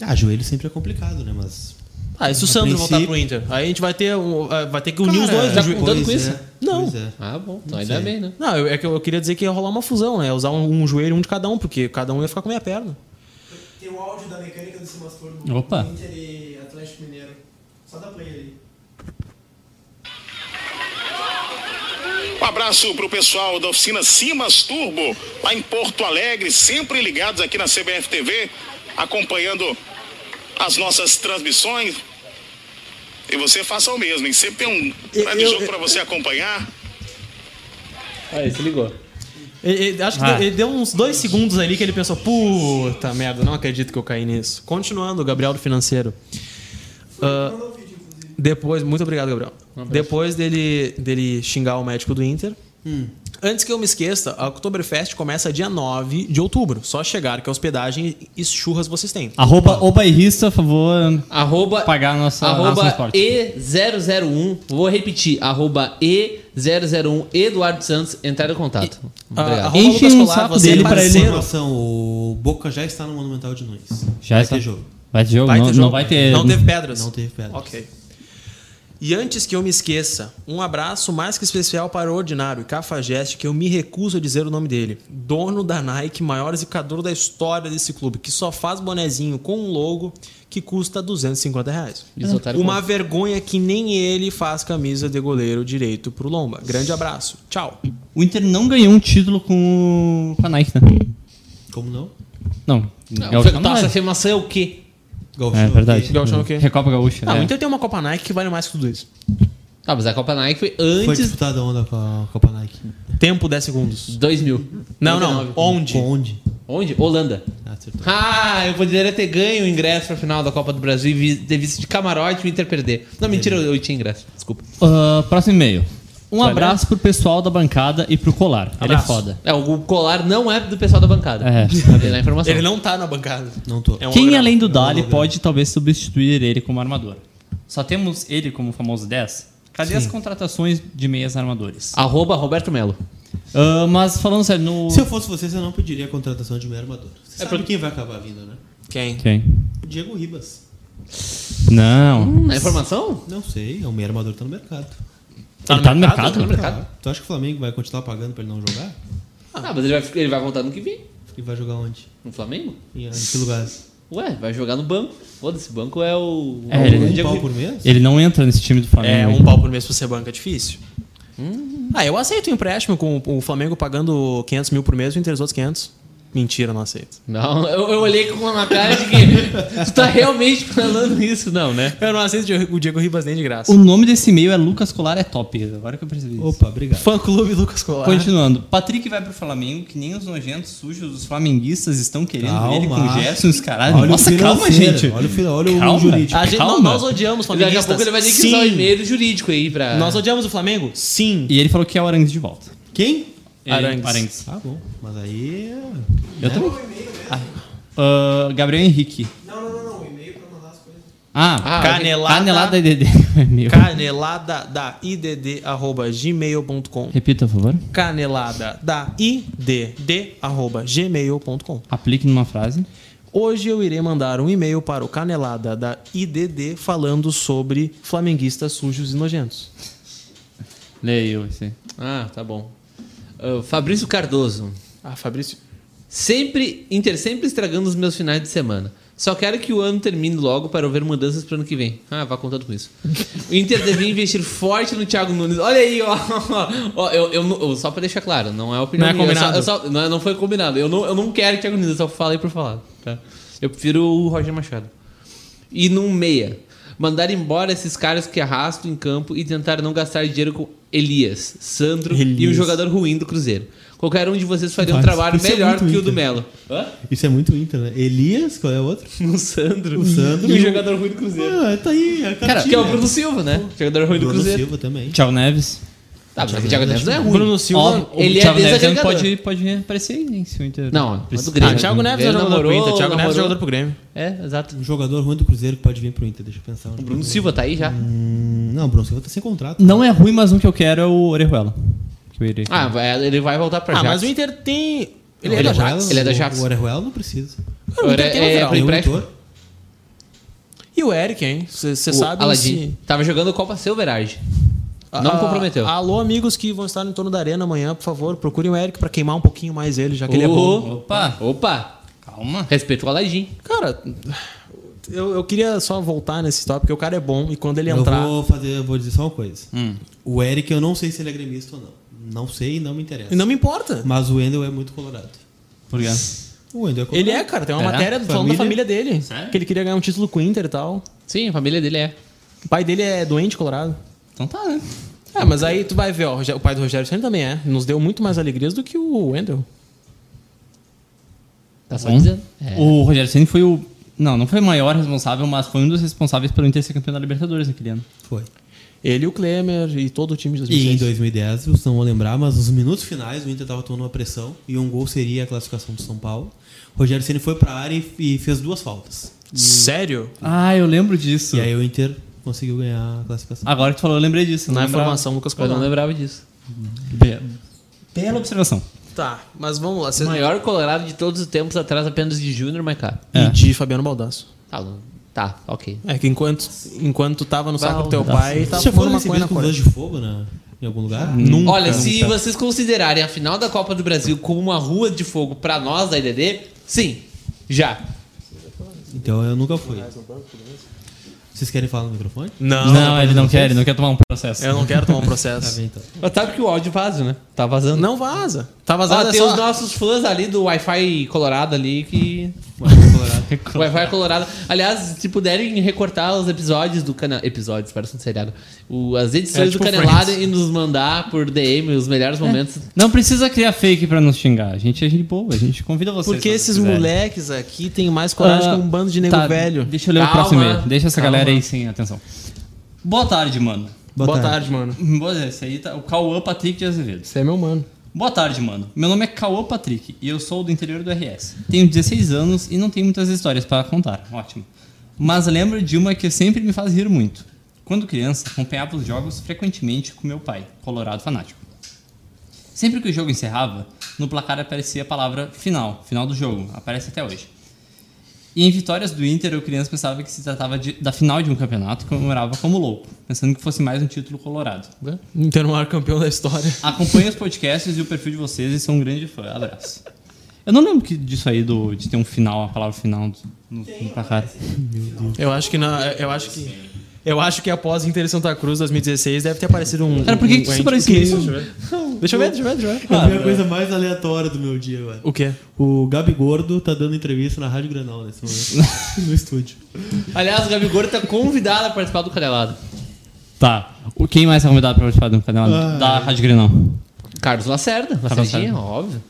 Ah, joelho sempre é complicado, né? Mas Ah, e se o A Sandro voltar princípio- pro Inter? Aí a gente vai ter, um, ah, vai ter que unir os dois. já né? contando com pois isso? é, Não. pois é. Ah, bom. Então Não ainda sei. bem, né? Não, eu, é que eu queria dizer que ia rolar uma fusão, né? Usar um, um joelho e um de cada um, porque cada um ia ficar com a minha perna. Tem o áudio da mecânica do Se Masturbo. Opa. Inter e Atlético Mineiro. Só dá play ali. Um abraço para o pessoal da oficina Simas Turbo, lá em Porto Alegre, sempre ligados aqui na CBF TV, acompanhando as nossas transmissões. E você faça o mesmo, hein? Sempre tem um grande jogo para você acompanhar. Aí, se ligou. Ele- ele- acho que Ah. deu- ele deu uns dois segundos ali que ele pensou: puta merda, não acredito que eu caí nisso. Continuando, Gabriel do Financeiro. Ah, depois, muito obrigado, Gabriel. depois dele, dele xingar o médico do Inter. Antes que eu me esqueça, a Oktoberfest começa dia 9 de outubro. Só chegar que a hospedagem e churras vocês têm. Arroba o bairrista, por favor. Arroba. Pagar a nossa- nosso Arroba transporte. E001. Vou repetir. Arroba E001 Eduardo Santos. Entrar em contato. Ah, Obrigado. arroba Enchem Lucas o Colar, saco você é dele pra ele- parceiro. Informação, o Boca já está no Monumental de Nunes. Já Vai está. ter jogo. Vai ter jogo? Vai não, ter jogo? não vai ter. Não teve pedras? Não teve pedra. Ok. E antes que eu me esqueça, um abraço mais que especial para o ordinário e cafajeste, que eu me recuso a dizer o nome dele. Dono da Nike, maior zicador da história desse clube, que só faz bonezinho com um logo que custa 250 reais. Isotário Uma vergonha que nem ele faz camisa de goleiro direito pro Lomba. Grande abraço. Tchau. O Inter não ganhou um título com, com a Nike, né? Como não? Não. Foi- Gaúcho não tá, essa é. afirmação é o quê? Gaúcho, É verdade. Gaúcho é o quê? Recopa Gaúcha. Ah, é. o Inter tem uma Copa Nike que vale mais que tudo isso. Tá, mas a Copa Nike foi que Foi antes disputada a onda com a Copa Nike. Tempo 10 segundos. dos 2000. Não, não. 99. Onde? Com onde? Onde? Holanda. Ah, acertou. Ah, eu poderia ter ganho o ingresso pra final da Copa do Brasil e vi- ter visto de camarote o Inter perder. Não, mentira, eu, eu tinha ingresso. Desculpa. Ah, próximo e-mail. Um abraço pro pessoal da bancada e pro Colar. Ele é Abraço. foda. É, o colar não é do pessoal da bancada. É. (laughs) Ele é a informação. Ele não tá na bancada. Não tô. É um Quem holograma. além do Dali pode talvez substituir ele como armador? Só temos ele como famoso 10? Cadê as contratações de meias armadores? Arroba Roberto Melo. Ah, mas falando sério, um no. Se eu fosse vocês, eu não pediria a contratação de meio armador. Você É sabe quem vai acabar vindo, né? Quem? Quem? Diego Ribas. Não. Hum, é informação? Não sei, é o meio armador tá no mercado. ele tá no mercado? Ah, tu acha que o Flamengo vai continuar pagando pra ele não jogar? Ah, mas ele vai, ele vai voltar no que vem. E vai jogar onde? No Flamengo? Em, em que lugar? Ué, vai jogar no banco. Foda-se, banco é o. É, o- ele- Um Diego- pau por mês? Ele não entra nesse time do Flamengo. É, hein? um pau por mês pra ser banca é difícil. Ah, eu aceito o empréstimo com o Flamengo pagando 500 mil por mês e o Inter os outros 500. Mentira, não aceito. Não, eu, eu olhei com uma cara de que (laughs) tu tá realmente falando isso, não, né? Eu não aceito o Diego Ribas nem de graça. O nome desse e-mail é Lucas Colar é top. Agora que eu percebi é isso. Opa, obrigado. Fã Clube Lucas Colar. Continuando, Patrick vai pro Flamengo, que nem os nojentos sujos dos flamenguistas estão querendo Calma. ele com Gerson e os caralho. Olha o Nossa, calma, financeiro, gente. Olha o, fila- olha o Calma. jurídico. A gente, Calma. não, nós odiamos Daqui a flamenguistas. pouco ele vai ter que usar o Sim. e-mail jurídico aí pra. Nós odiamos o Flamengo? Sim. E ele falou que é o Arangues de volta. Quem? Ele- Arangues. Ah, bom. Mas aí. é- Eu também. Ah, Gabriel Henrique. Não, não, não, não. E-mail pra mandar as coisas. Ah, Canelada- Canelada DD. (laughs) É meu. Canelada da idd arroba gmail.com. Repita, por favor. Canelada da idd arroba gmail.com. Aplique numa frase. Hoje eu irei mandar um e-mail para o Canelada da IDD falando sobre flamenguistas sujos e nojentos. Leia eu esse. Ah, tá bom. Ah, Fabrício Cardoso. Ah, Fabrício. Sempre, Inter sempre estragando os meus finais de semana. Só quero que o ano termine logo para eu ver mudanças para o ano que vem. Ah, vá contando com isso. O Inter devia investir forte no Thiago Nunes. Olha aí, ó. Ó, eu, eu não- eu- só para deixar claro, não é opinião Não minha, é eu só- combinado. eu só- não, é- não foi combinado. Eu não, eu não quero Thiago Nunes, eu só falei por falar. tá? Eu prefiro o Roger Machado. E num meia. Mandar embora esses caras que arrastam em campo e tentar não gastar dinheiro com Elias, Sandro e o Elias. jogador ruim do Cruzeiro. Qualquer um de vocês faria um trabalho isso é melhor muito que o do Inter. Melo. Hã? Isso é muito Inter, né? Elias, qual é o outro? (laughs) O Sandro. O Sandro. E o jogador ruim do Cruzeiro. Ah, tá aí. a Cara, cartilha. que é o Bruno Silva, né? Jogador ruim do Bruno Cruzeiro. Silva também. Tchau, Neves. Tá, mas o Thiago Neves não é ruim. Bruno Silva. Ó, o ele é Thiago Neves ainda desagregador. pode, pode aparecer aí, hein, se o Inter... Não, mas do precisa. Grêmio. Ah, Thiago Neves é Ele jogador pro namorou, Inter. Thiago Neves é namorou. jogador pro Grêmio. É, exato. Um jogador ruim do Cruzeiro que pode vir pro Inter, deixa eu pensar. Um O Bruno Silva tá aí já. Hum, não, o Bruno Silva tá sem contrato. Não é ruim, mas um que eu quero é o Orejuela. Que eu irei. Ah, vai- ele vai voltar pra Ah, Jax. mas o Inter tem. Ele é Ele da é Jax. um Orejuela- Ele é da Jax. O Orejuela não precisa. o Inter tem É, lateral. é, Tem o empréstimo. Heitor. E o Eric, hein? Você O sabe Aladim. Tava jogando Copa Silverage. Não Ah, comprometeu. Alô, amigos que vão estar no torno da arena amanhã, por favor, procurem o Eric pra queimar um pouquinho mais ele, já que ele é bom. Opa. Opa. Calma. Respeito o Aladim. Cara, eu, eu queria só voltar nesse tópico, porque o cara é Hum. bom e quando ele Eu entrar. vou fazer, eu vou dizer só uma coisa. O Eric, eu não sei se ele é gremista ou não. Não sei e não me interessa. E não me importa. Mas o Wendel é muito colorado. Obrigado. O Wendel é colorado. Ele é, cara, tem uma matéria falando da família dele. Que ele queria ganhar um título com o Inter e tal. Sim, a família dele é. O pai dele é doente colorado. Então tá, né? É, mas aí tu vai ver, ó, o Rogé- o pai do Rogério Senna também é. Nos deu muito mais alegrias do que o Wendel. Tá só Bom. dizendo. É. O Rogério Ceni foi o... Não, não foi o maior responsável, mas foi um dos responsáveis pelo Inter ser campeão da Libertadores naquele ano. Foi. Ele, o Klemer e todo o time de E em 2006. 2010, vocês não vão lembrar, mas nos minutos finais o Inter estava tomando uma pressão e um gol seria a classificação do São Paulo. O Rogério Ceni foi para a área e- e fez duas faltas. Sério? Ah, eu lembro disso. E aí o Inter conseguiu ganhar a Ah, classificação. Agora que tu falou, eu lembrei disso. Na não é lembrava. informação, Lucas Eu não Colorado. lembrava disso. Be- Bela observação. Tá, mas vamos lá. O Vocês... maior colorado de todos os tempos atrás apenas de Júnior Maicá. E de Fabiano Baldasso. Tá, Lu- tá, ok. É que enquanto, enquanto tu tava no saco do teu Baldasso. pai, Vocês tava já foram fumando maconha recebidos na com corda. dois de fogo né? em algum lugar? Nunca. Olha, se vocês considerarem a final da Copa do Brasil como uma rua de fogo pra nós da IDD, sim, já. Então eu nunca fui. Vocês querem falar no microfone? Não, Não, ele não quer, ele não quer tomar um processo. eu não quero tomar um Tá processo. bem, então. Mas sabe que o áudio vaza, né? Tá vazando. Não vaza. Tá Ah, vazado é tem só... os nossos fãs ali do Wi-Fi Colorado ali que. Mas, colorado. (laughs) Wi-Fi Colorado. Aliás, se puderem recortar os episódios do canal. Episódios, parece um seriado. O- as edições É, tipo É. do Canelada e nos mandar por DM os melhores momentos. Não precisa criar fake pra nos xingar. A gente é gente boa, a gente convida vocês. Porque quando esses quiserem. moleques aqui têm mais coragem Ah, que um bando de nego tá, velho. Deixa eu ler Calma, o próximo e-mail. Deixa essa calma. galera aí sem atenção. Boa tarde, mano. Boa Boa tarde, tarde. mano. Boa, esse aí tá o Cauã Patrick de Azevedo. Você é meu mano. Boa tarde, mano. Meu nome é Cauã Patrick e eu sou do interior do RS. Tenho 16 anos e não tenho muitas histórias para contar. Ótimo. Mas lembro de uma que sempre me faz rir muito. Quando criança, acompanhava os jogos frequentemente com meu pai, colorado fanático. Sempre que o jogo encerrava, no placar aparecia a palavra final, final do jogo, aparece até hoje. E em vitórias do Inter, eu criança pensava que se tratava de- da final de um campeonato e comemorava como louco, pensando que fosse mais um título colorado. Inter no maior Né? campeão da história. Acompanho os podcasts e o perfil de vocês e sou um grande fã. Abraço. Eu não lembro que disso aí do, de ter um final, a palavra final do- no, no placar. Eu acho que na, eu acho que eu acho que após Inter e Santa Cruz 2016 deve ter aparecido um. Cara, por que um, que isso ente- parece o que é isso? Deixa eu ver, deixa eu ver, deixa eu ver. Ah, Foi a coisa mais aleatória do meu dia, velho. O quê? O Gabi Gordo tá dando entrevista na Rádio Granal nesse momento. no estúdio. Aliás, o Gabi Gordo tá convidado a participar do Canelado. Tá. O, quem mais é convidado pra participar do canal da Rádio Grenal? Carlos Lacerda, Lacerdinha, Lacerda. óbvio.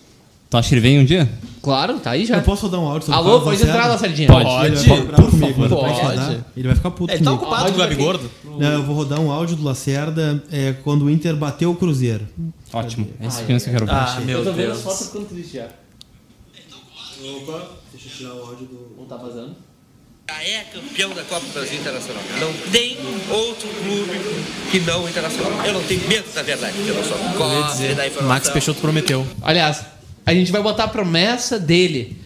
Tu acha que ele vem um dia? Claro, tá aí já. Eu posso rodar um áudio sobre Alô, o Carlos pode Lacerda? entrar, Lacerdinha. Ele Pode. vai ficar bravo comigo, ele pode. É, então vai rodar. Ele vai ficar puto comigo. É, tá ocupado com o Gabi Gordo? Não, eu vou rodar um áudio do Lacerda é, quando o Inter bateu o Cruzeiro. Ótimo. É isso que eu quero ver. Ah, meu Tô vendo Deus. as fotos ficando triste já. Opa, deixa eu tirar o áudio do. Não tá vazando? É campeão da Copa do Brasil Internacional. Não tem outro clube que não o Internacional. Eu não tenho medo da verdade, eu não sou cópia da informação. Max Peixoto prometeu. Aliás, a gente vai botar a promessa dele.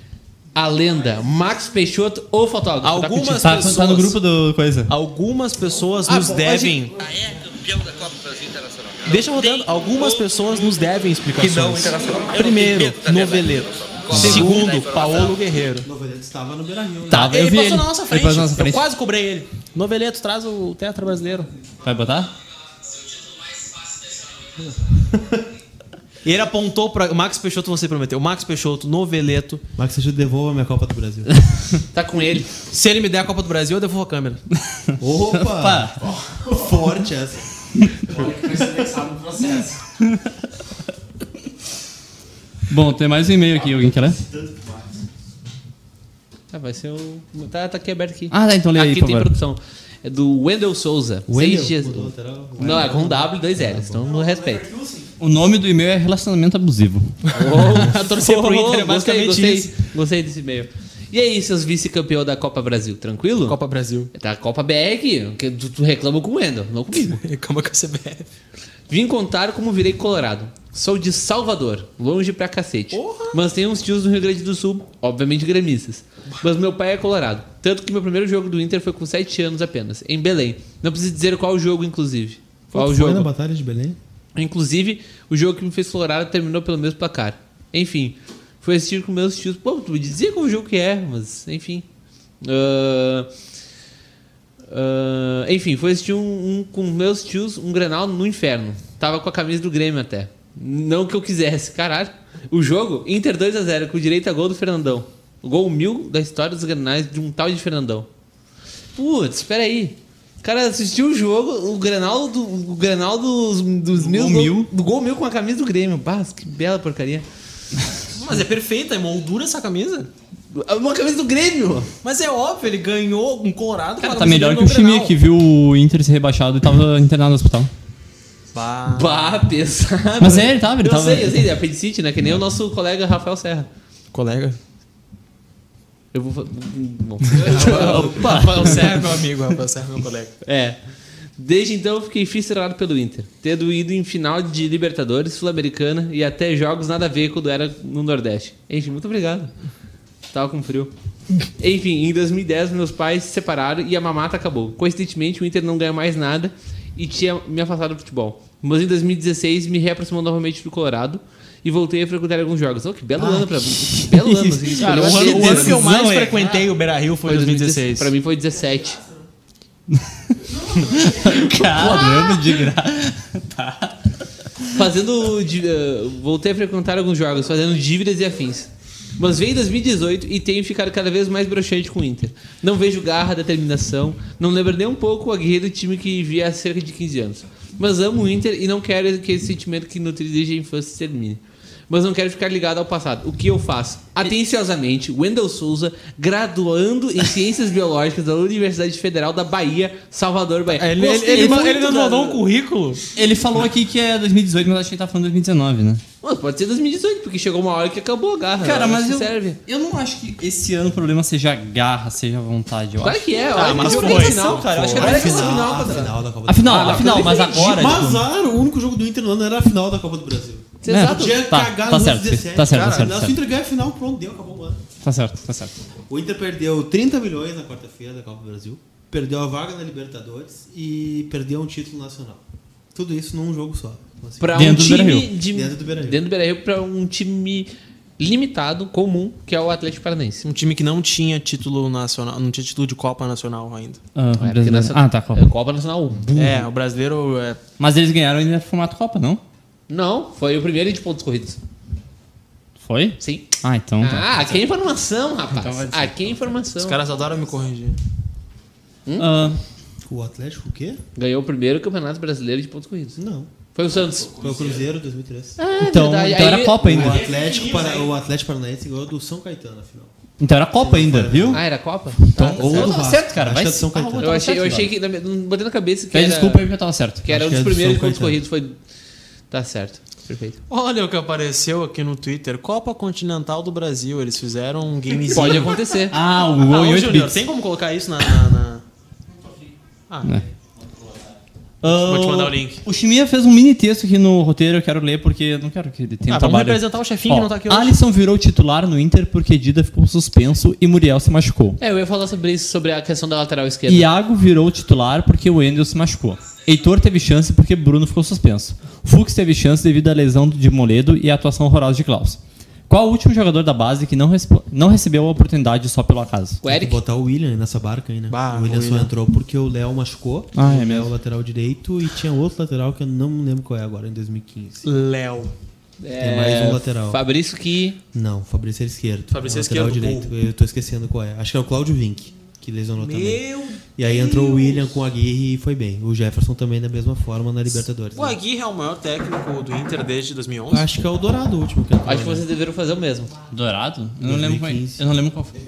A lenda, Max Peixoto ou fotógrafo. Algumas Tá, pessoas, tá no grupo do coisa. Algumas pessoas Ah, nos bom, devem. É campeão da Copa do Brasil Internacional. Não Deixa tem rodando. Algumas outro pessoas nos devem que explicações. não o Internacional. Eu não tenho Primeiro, medo da verdade, Noveleto. eu não sou cópia da Segundo, informação. Paolo Guerreiro. Noveleto estava no Beira Rio, né? Tá, eu ele vi passou ele. na nossa Ele frente. passou na nossa Eu frente. quase cobrei ele. Noveleto, traz o tetra brasileiro. Vai botar? E ele apontou pra. O Max Peixoto, você prometeu. O Max Peixoto, Noveleto. Max Peixoto devolva a minha Copa do Brasil. Tá com ele. Se ele me der a Copa do Brasil, eu devolvo a câmera. Opa! Opa! Forte essa. Bom, tem mais um e-mail aqui, alguém quer ler? Tá, vai ser o. Tá, tá aqui aberto aqui. Ah, tá, então lê aí, Aqui por tem favor. tá, produção. É do Wendel Souza. Seis dias. Mudou o lateral. Não, é com W e dois L's, então no (laughs) respeito. O nome do e-mail é relacionamento abusivo. a torcer pro Inter é basicamente gostei, isso. Gostei, gostei desse e-mail. E aí, seus vice-campeão da Copa Brasil, tranquilo? (laughs) Copa Brasil. Tá a Copa BR aqui, que tu, tu reclama com o Wendel, não comigo. Calma com a CBF. Vim contar como virei colorado. Sou de Salvador, longe pra cacete. Mas tenho uns tios do Rio Grande do Sul, obviamente gremistas. Mas meu pai é colorado. Tanto que meu primeiro jogo do Inter foi com 7 anos apenas, em Belém. Não preciso dizer qual jogo, inclusive. Qual Foi né, jogo? na Batalha de Belém? Inclusive, o jogo que me fez colorado terminou pelo mesmo placar. Enfim, fui assistir com meus tios. Pô, tu me dizia qual jogo que é, mas enfim. Ahn, ahn, enfim, fui assistir um, um com meus tios, um Grenal no inferno. Tava com a camisa do Grêmio até. Não que eu quisesse, caralho. O jogo, Inter 2x0, com direito a gol do Fernandão. O gol mil da história dos Grenais de um tal de Fernandão. Putz, espera aí. Cara, assistiu o jogo, o Grenal, do, o Grenal dos, dos mil, gol mil. do gol mil com a camisa do Grêmio. Bah, que bela porcaria. Mas é perfeita, é moldura essa camisa. Uma camisa do Grêmio! Mas é óbvio, ele ganhou um Colorado. com a Cara, tá camisa melhor do que o Grenal. time que viu o Inter ser rebaixado e tava internado no hospital. Bah. Bah, pesado. Mas é, ele tava, ele eu tava- sei, eu sei, é apendicite, né? Que nem o nosso colega Rafael Serra. Colega. Eu vou. fa- Bom. Rafael Serra, meu amigo. Rafael Serra, meu colega. É. Desde então eu fiquei fissurado pelo Inter, tendo ido em final de Libertadores, Sul-Americana e até jogos nada a ver quando era no Nordeste. Enfim, muito obrigado. Tava com frio. Enfim, em 2010 meus pais se separaram e a mamata acabou. Coincidentemente o Inter não ganhou mais nada e tinha me afastado do futebol. Mas em 2016 me reaproximou novamente do Colorado e voltei a frequentar alguns jogos. Oh, que belo ano pra mim. Que belo ano. (laughs) Assim, Ah. Cara, o escolheu a ano, o vida. ano que eu mais Não, é. frequentei o Beira Rio foi 2016. Pra mim foi 17. Caramba, de graça. Fazendo. di- eh, voltei a frequentar alguns jogos, fazendo dívidas e afins. Mas veio 2018 e tenho ficado cada vez mais broxante com o Inter. Não vejo garra, determinação, não lembro nem um pouco o aguerrido time que vi há cerca de 15 anos. Mas amo o Inter e não quero que esse sentimento que nutri desde a infância se termine. mas não quero ficar ligado ao passado. O que eu faço? Atenciosamente, Wendel Souza, graduando em Ciências Biológicas da Universidade Federal da Bahia, Salvador, Bahia. É, Ele, ele, Gostei ele, muito ele nos da- mandou um currículo. Ele falou aqui que é 2018, mas acho que ele tá falando 2019, né? Mano, pode ser 2018, porque chegou uma hora que acabou a garra. Cara, né? mas Se eu, Serve. eu não acho que esse ano o um problema seja garra, seja vontade. Eu Claro acho. que é, Ah, olha mas mas foi. final, cara. Eu acho que era aquela Final, final, tá a cara. final da Copa do Afinal, Brasil. afinal, mas agora. Mas tipo, azar, o único jogo do Inter no ano era a final da Copa do Brasil. Você Exato. Podia Tá, cagar tá nos certo, 17. tá certo, tá Cara, certo, não, tá Se o Inter ganhar a final, pronto, deu, acabou o ano. Tá certo, tá certo. O Inter perdeu 30 milhões na quarta-feira da Copa do Brasil, perdeu a vaga na Libertadores e perdeu um título nacional. Tudo isso num jogo só. Assim, Pra Dentro um do time Beira-Rio. de- Dentro do Beira-Rio. Dentro do Beira-Rio pra um time limitado, comum, que é o Atlético Paranaense. Um time que não tinha título nacional, não tinha título de Copa Nacional ainda. Ah, É, porque brasileiro. nacional- ah, tá, Copa. é, Copa Nacional. burro. É, o brasileiro é. Mas eles ganharam ainda no formato Copa, não? Não, foi o primeiro de pontos corridos. Foi? Sim. Ah, então tá. Ah, aqui é informação, Então rapaz. vai ser. aqui é informação. Os caras adoram me corrigir. Ah, O Atlético o quê? Ganhou o primeiro Campeonato Brasileiro de pontos corridos. Não. Foi o Santos. Foi o Cruzeiro 2003. É então, verdade. então Aí- era Copa O ainda. Atlético, para, o Atlético Paranaense ganhou do São Caetano na final. Então era Copa ainda, viu? Ah, era Copa? Então, tá ou certo. do tava Vasco. certo, cara, Acho vai que é do um São se- Ah, Caetano. tá eu achei, eu certo, achei que. Botei na cabeça que Pede era, desculpa aí, eu já tava certo. que era um Acho que dos é do primeiros de São pontos corridos. Caetano. Foi. Tá certo. Perfeito. Olha o que apareceu aqui no Twitter. Copa Continental do Brasil. Eles fizeram um gamezinho. Pode acontecer. (laughs) Ah, o gol Ah, em ô, 8 Júnior, bits. tem como colocar isso na... na- na- Ah, Vou te mandar o link. O Chimia fez um mini texto aqui no roteiro, eu quero ler porque eu não quero que ele tenha Ah, um vamos trabalho. representar o chefinho que não tá aqui hoje. Alisson virou titular no Inter porque Dida ficou suspenso e Muriel se machucou. É, eu ia falar sobre isso, sobre a questão da lateral esquerda. Iago virou titular porque o Wendel se machucou. Heitor teve chance porque Bruno ficou suspenso. Fux teve chance devido à lesão de Moledo e à atuação horrorosa de Klaus. Qual o último jogador da base que não, respo- não recebeu a oportunidade só pelo acaso? O Tem que Eric. botar o William nessa barca aí, né? Bah, o William, o William. só entrou porque o Léo machucou. Ah, é o Léo mesmo. lateral direito e tinha outro lateral que eu não me lembro qual é agora, em 2015. Léo. Tem mais um lateral. Fabrício que. Não, o Fabrício era esquerdo. Fabrício É o lateral esquerdo, direito. Eu tô esquecendo qual é. Acho que é o Cláudio Vink, que lesionou também. E aí entrou o William com a Aguirre e foi bem. O Jefferson também da mesma forma na Libertadores. O né? Aguirre é o maior técnico do Inter desde 2011. Acho que é o Dourado o último que entrou. Acho que né? vocês deveriam fazer o mesmo. Dourado? Eu não lembro qual, é. 2015. eu não lembro qual foi.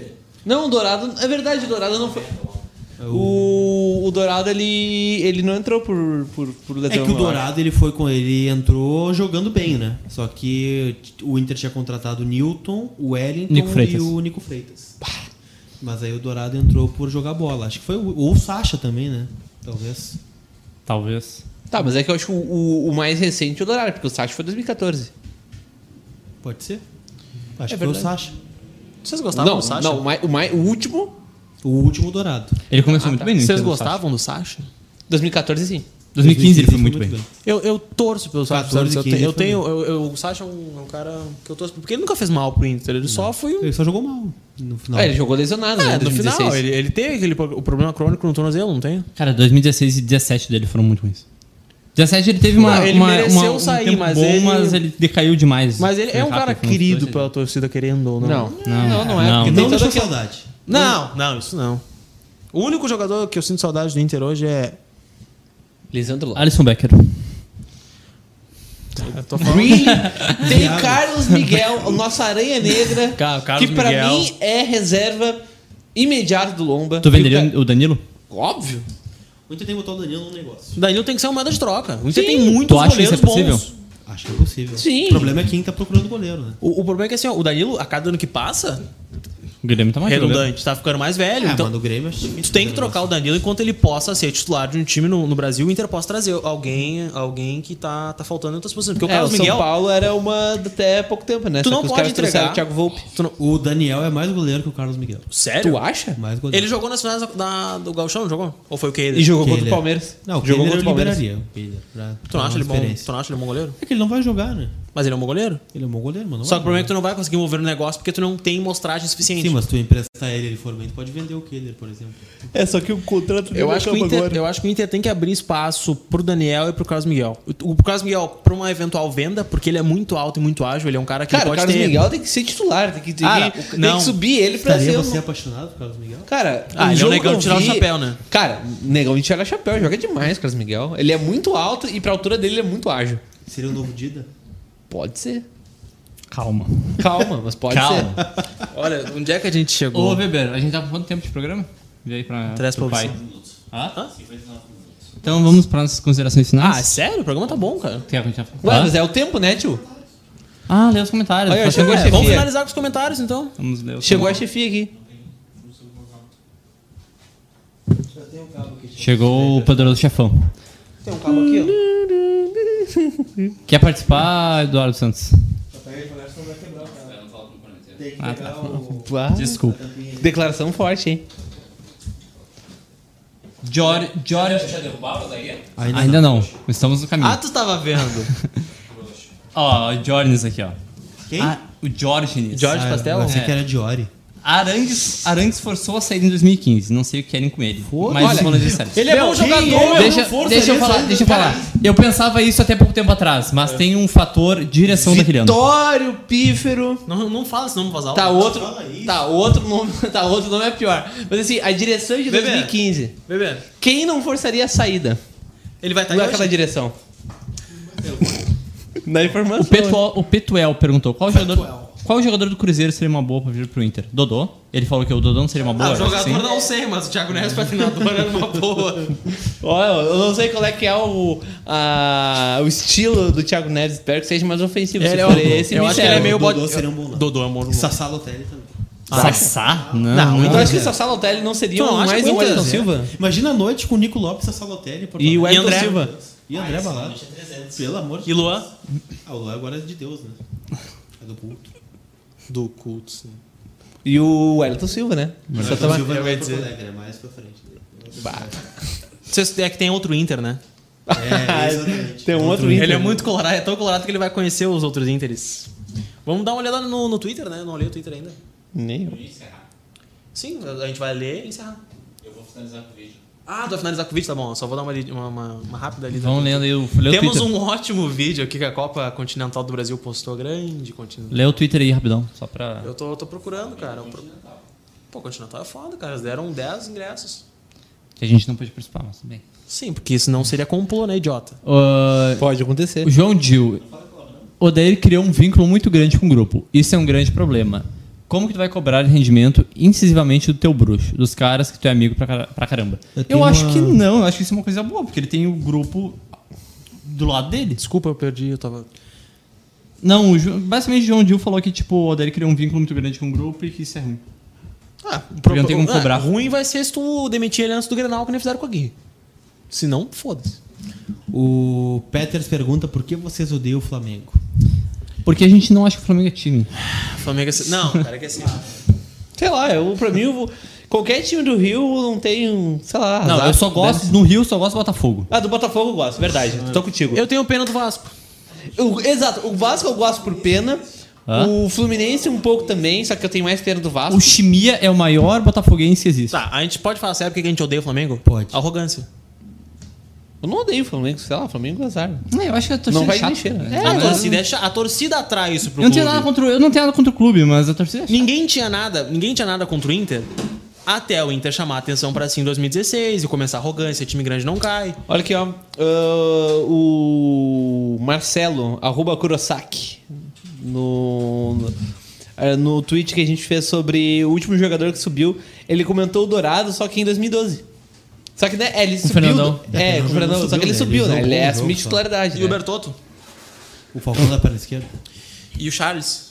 Não, o Dourado. É verdade, o Dourado não foi. É O, o Dourado, ele. ele não entrou por, por, por É lesão, que o eu acho. Dourado ele foi com ele entrou jogando bem, né? Só que o Inter tinha contratado o Newton, o Wellington Nico Freitas. e o Nico Freitas. Mas aí o Dourado entrou por jogar bola. Acho que foi o, ou o Sacha também, né? Talvez. Talvez. Tá, mas é que eu acho que o, o- o mais recente é o Dourado, porque o Sacha foi 2014. Pode ser. Acho É que foi o verdade. Sacha. Vocês não, gostavam do Tá, Sacha? não, o, mai- o, mai- o último, O último Dourado. Ele começou muito bem no Inter. Vocês eu acho. gostavam do Sacha? 2014 sim. 2015 ele foi muito bem. Eu, eu torço pelo Sacha. 14, sabe? Eu, 15 tenho- eu foi tenho. Eu, eu- o Sacha é um, é um cara que eu torço. Porque ele nunca fez mal pro Inter. Ele só foi um. Ele só jogou mal no final. Ah, ele jogou lesionado, né? É, em no 2016. final, ele, ele teve aquele pro- o problema crônico no tornozelo, não tem? Cara, 2016 e 17 dele foram muito ruins. 17 ele teve uma. Não, ele uma, mereceu uma, um sair, tempo mas bom, ele- mas ele decaiu demais. Mas ele Foi é um rápido, cara foi uns querido dois, pela ele- torcida, querendo ou não. Não, não, não, é. não. porque tem não toda deixou aquela- saudade. Não, não, isso não. O único jogador que eu sinto saudade do Inter hoje é. Lisandro Lopes. Alisson Becker. Eu tô falando. Green, tem Carlos Miguel, o nosso Aranha Negra, Ca- Carlos que pra Miguel. mim é reserva imediata do Lomba. Tu venderia um E o ca- o Danilo? Óbvio. O Inter tem que botar o Danilo no negócio. Danilo tem que ser uma moeda de troca. O Inter Sim. tem muitos Tu acha que isso é goleiros possível? bons. Acho que é possível. Sim. O problema é quem tá procurando goleiro, né? O, o problema é que assim, ó, o Danilo, a cada ano que passa, O Guilherme tá mais jogando. redundante, tá ficando mais velho. Ah, então, mas no Grêmio acho difícil tu tem que fazer trocar o negócio. Danilo enquanto ele possa ser titular de um time no, no Brasil. O Inter possa trazer alguém, alguém que tá, tá faltando em outras posições. Porque o É, o Carlos São Miguel. Paulo era uma até pouco tempo, né? Tu Só não que os pode caras trouxeram entregar. o Thiago Volpe. tu não- O Daniel é mais goleiro que o Carlos Miguel. sério? Tu acha? Mais goleiro. Ele jogou nas finais da, da- do Gauchão, não jogou? Ou foi o Keider? E jogou contra o Kehler. Palmeiras. Não, o jogou Kehler eu contra o Palmeiras. liberaria. o Kehler, pra- Tu pra não É uma acha ele bom? experiência. Tu não acha ele um bom goleiro? É que ele não vai jogar, né? Mas ele é um bom goleiro? Ele é um bom goleiro, mano. Só que o problema é que tu não vai conseguir mover o negócio porque tu não tem mostragem suficiente. Sim, mas tu emprestar ele, ele for bem, tu pode vender o Keller, por exemplo. É, só que o contrato Eu acho, que o Inter, eu acho que o Inter tem que abrir espaço pro Daniel e pro Carlos Miguel. O, o Carlos Miguel, pra uma eventual venda, porque ele é muito alto e muito ágil, ele é um cara que Cara, o pode Carlos ter. Miguel tem que ser titular, tem que, tem Cara, que, o- tem não. que subir ele pra Estaria ser. você um- apaixonado por Carlos Miguel? Cara, Ah, ele é um jogo negão que eu de tirar o vi- chapéu, né? Cara, negão de tirar o chapéu, joga demais, Carlos Miguel. Ele é muito alto e pra altura dele ele é muito ágil. Seria o novo Dida? Pode ser. Calma. Calma, mas pode Calma. ser. Olha, onde é que a gente chegou? Ô, Weber, a gente tá com quanto tempo de programa? Vê aí pra. Traz pro pra pai. você. Hã? Então vamos para as considerações finais. Ah, sério? O programa tá bom, cara. Quer que a gente já- Ué, Hã? mas é o tempo, né, tio? Ah, lê os comentários. Olha, eu Faz achei favor. que- Vamos Chefia. finalizar com os comentários, então. É Vamos ler os Chegou a chefia aqui. Chegou o poderoso chefão. Tem um cabo aqui, ó. Quer participar, Eduardo Santos? Ah, tá. Desculpa. Declaração forte, hein? Jorge. Jorge... Já derrubaram daí? Ainda, não. Estamos no caminho. Ah, tu tava vendo. Ó, o Jornes aqui, ó. Quem? o Jorgenes. Ah, Jorge Pastel? Você É. que era Diori. Arangues, Arangues forçou a sair em 2015. Não sei o que querem com ele. Mas Olha, os Rolandês sabem. Ele é bom jogador, Deixa, deixa é eu falar, deixa eu falar. Eu pensava isso até pouco tempo atrás, mas tem um fator direção daquele ano. Vitório Pífero. Não, não fala esse nome pra voz Tá alta. outro, tá outro nome, (laughs) tá outro nome é pior. Mas assim, a direção de Bebê. 2015. Bebê, Quem não forçaria a saída ele vai estar tá aí naquela hoje? é direção? (laughs) Na informação. O, Petuel, o Petuel perguntou qual jogador, qual jogador do Cruzeiro seria uma boa pra vir pro Inter? Dodô? Ele falou que o Dodô não seria uma boa. assim. Ah, eu acho que jogador sim. não sei, mas o Thiago Neves patinador era uma boa. Ó, eu eu não sei qual é que é o, a- o estilo do Thiago Neves, espero que seja mais ofensivo. se Ele é for o- esse, eu me acho que serve. ele é meio bode- Dodô seria um bom nome. (laughs) Dodô é amor. Sassá Lotelli também. Sassá? Não, Não, eu acho que o Sassá. Sassá Lotelli né? não seria Tu não um acha mais que um o Inter- Wellington Silva. Imagina a noite com o Nico Lopes, Sassá Lotelli Porto E o Alegre. Wellington André? Silva. E André Balado. Pelo amor de E Luan? Ah, o Luan agora é de Deus, né? É do culto. Do culto, sim. E o Wellington Silva, né? Só tava- Silva não ia é Porto dizer. Alegre, é mais pra frente. Vocês- É que tem outro Inter, né? É, exatamente. Tem um outro Ele é Inter. muito colorado, é tão colorado que ele vai conhecer os outros Interes. Vamos dar uma olhada no, no Twitter, né? Eu não olhei o Twitter ainda. Nem eu. Sim, a a gente vai ler e encerrar. Eu vou finalizar com o vídeo. Ah, tu vai finalizar com o vídeo, tá bom. Eu Só vou dar uma, li- uma, uma- uma rápida ali. Vão lendo aí o, lê o Temos Twitter. um ótimo vídeo aqui que a Copa Continental do Brasil postou. Grande continental. Lê o Twitter aí rapidão, só pra... Eu tô, eu tô procurando, cara. Eu pro- Pô, Continental é foda, cara. Eles deram 10 ingressos. Que a gente não pode participar, mas tudo bem. Sim, porque senão seria complô, né, idiota? Ah, Pode acontecer. o João Dil. O Odair criou um vínculo muito grande com o grupo. Isso é um grande problema. Como que tu vai cobrar rendimento incisivamente do teu bruxo? Dos caras que tu é amigo pra, cara- pra caramba. Eu, acho que não. Eu acho que isso é uma coisa boa. Porque ele tem o grupo do lado dele. Desculpa, eu perdi, eu tava. Não, o Ju- basicamente o João Dil falou que tipo, o Odair criou um vínculo muito grande com o grupo e que isso é ruim. Ah, Porque não tem como cobrar. ruim vai ser se tu demitir ele antes do Grenal que nem fizeram com a Gui. Se não, foda-se. O Peters pergunta por que vocês odeiam o Flamengo. Porque a gente não acha que o Flamengo é time. Flamengo é assim. Não, cara, é que assim. Sei lá, eu, pra mim, eu vou- qualquer time do Rio não tem um. Sei lá. Não, azar, eu só né? gosto. No Rio, eu só gosto do Botafogo. Ah, do Botafogo eu gosto, verdade. Tô contigo. eu tenho pena do Vasco. O- exato, o Vasco eu gosto por pena. Hã? O Fluminense um pouco também, só que eu tenho mais pena do Vasco. O Chimia é o maior botafoguense que existe. Tá, a gente pode falar sério porque a gente odeia o Flamengo? Pode. Arrogância. Eu não odeio o Flamengo, sei lá, o Flamengo é azar. Não, eu acho que a torcida Não vai é chata. mexer, né? É, a, mas- torcida, é cha- a torcida atrai isso pro Eu não, tenho clube. nada contra, o- eu não tenho nada contra o clube, mas a torcida é chata. Ninguém tinha nada, ninguém tinha nada contra o Inter até o Inter chamar a atenção pra si em 2016 e começar a arrogância, time grande não cai. Olha aqui, ó. Ah, o Marcelo, arroba Kurosaki, no, no, ah, no tweet que a gente fez sobre o último jogador que subiu, ele comentou o Dourado, só que em 2012. Só que, né, ele subiu. Fernandão. É, com o Fernandão. Só que ele subiu, né? Ele, jogou um assumiu jogo só. titularidade. E né? o Bertotto? O Falcão da perna esquerda. E o Charles?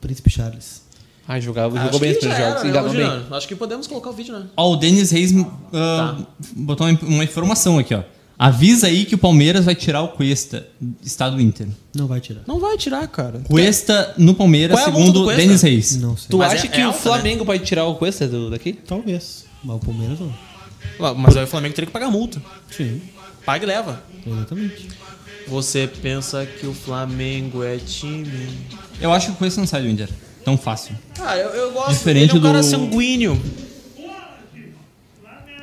Príncipe Charles. Ah, jogava, jogou bem os já primeiros era, jogos. né, Engava ô, bem. Juliano? Acho que podemos colocar o vídeo, né? Ó, o Denis Reis ah, Tá. botou uma, uma informação aqui, ó. Avisa aí que o Palmeiras vai tirar o Cuesta, está do Inter. Não vai tirar. Não vai tirar, cara. Cuesta no Palmeiras, Qual é a multa segundo do Cuesta? Denis Reis. Não sei. Tu Mas acha é- que é o alta, Flamengo pode tirar o Cuesta do- daqui? Talvez. Mas o Palmeiras não. Mas aí o Flamengo teria que pagar multa. Sim, Paga e leva. exatamente. Você pensa que o Flamengo é time. Eu acho que o Cuesta não sai do Inter. Tão fácil. Cara, eu, eu gosto Diferente ele é um cara do- sanguíneo.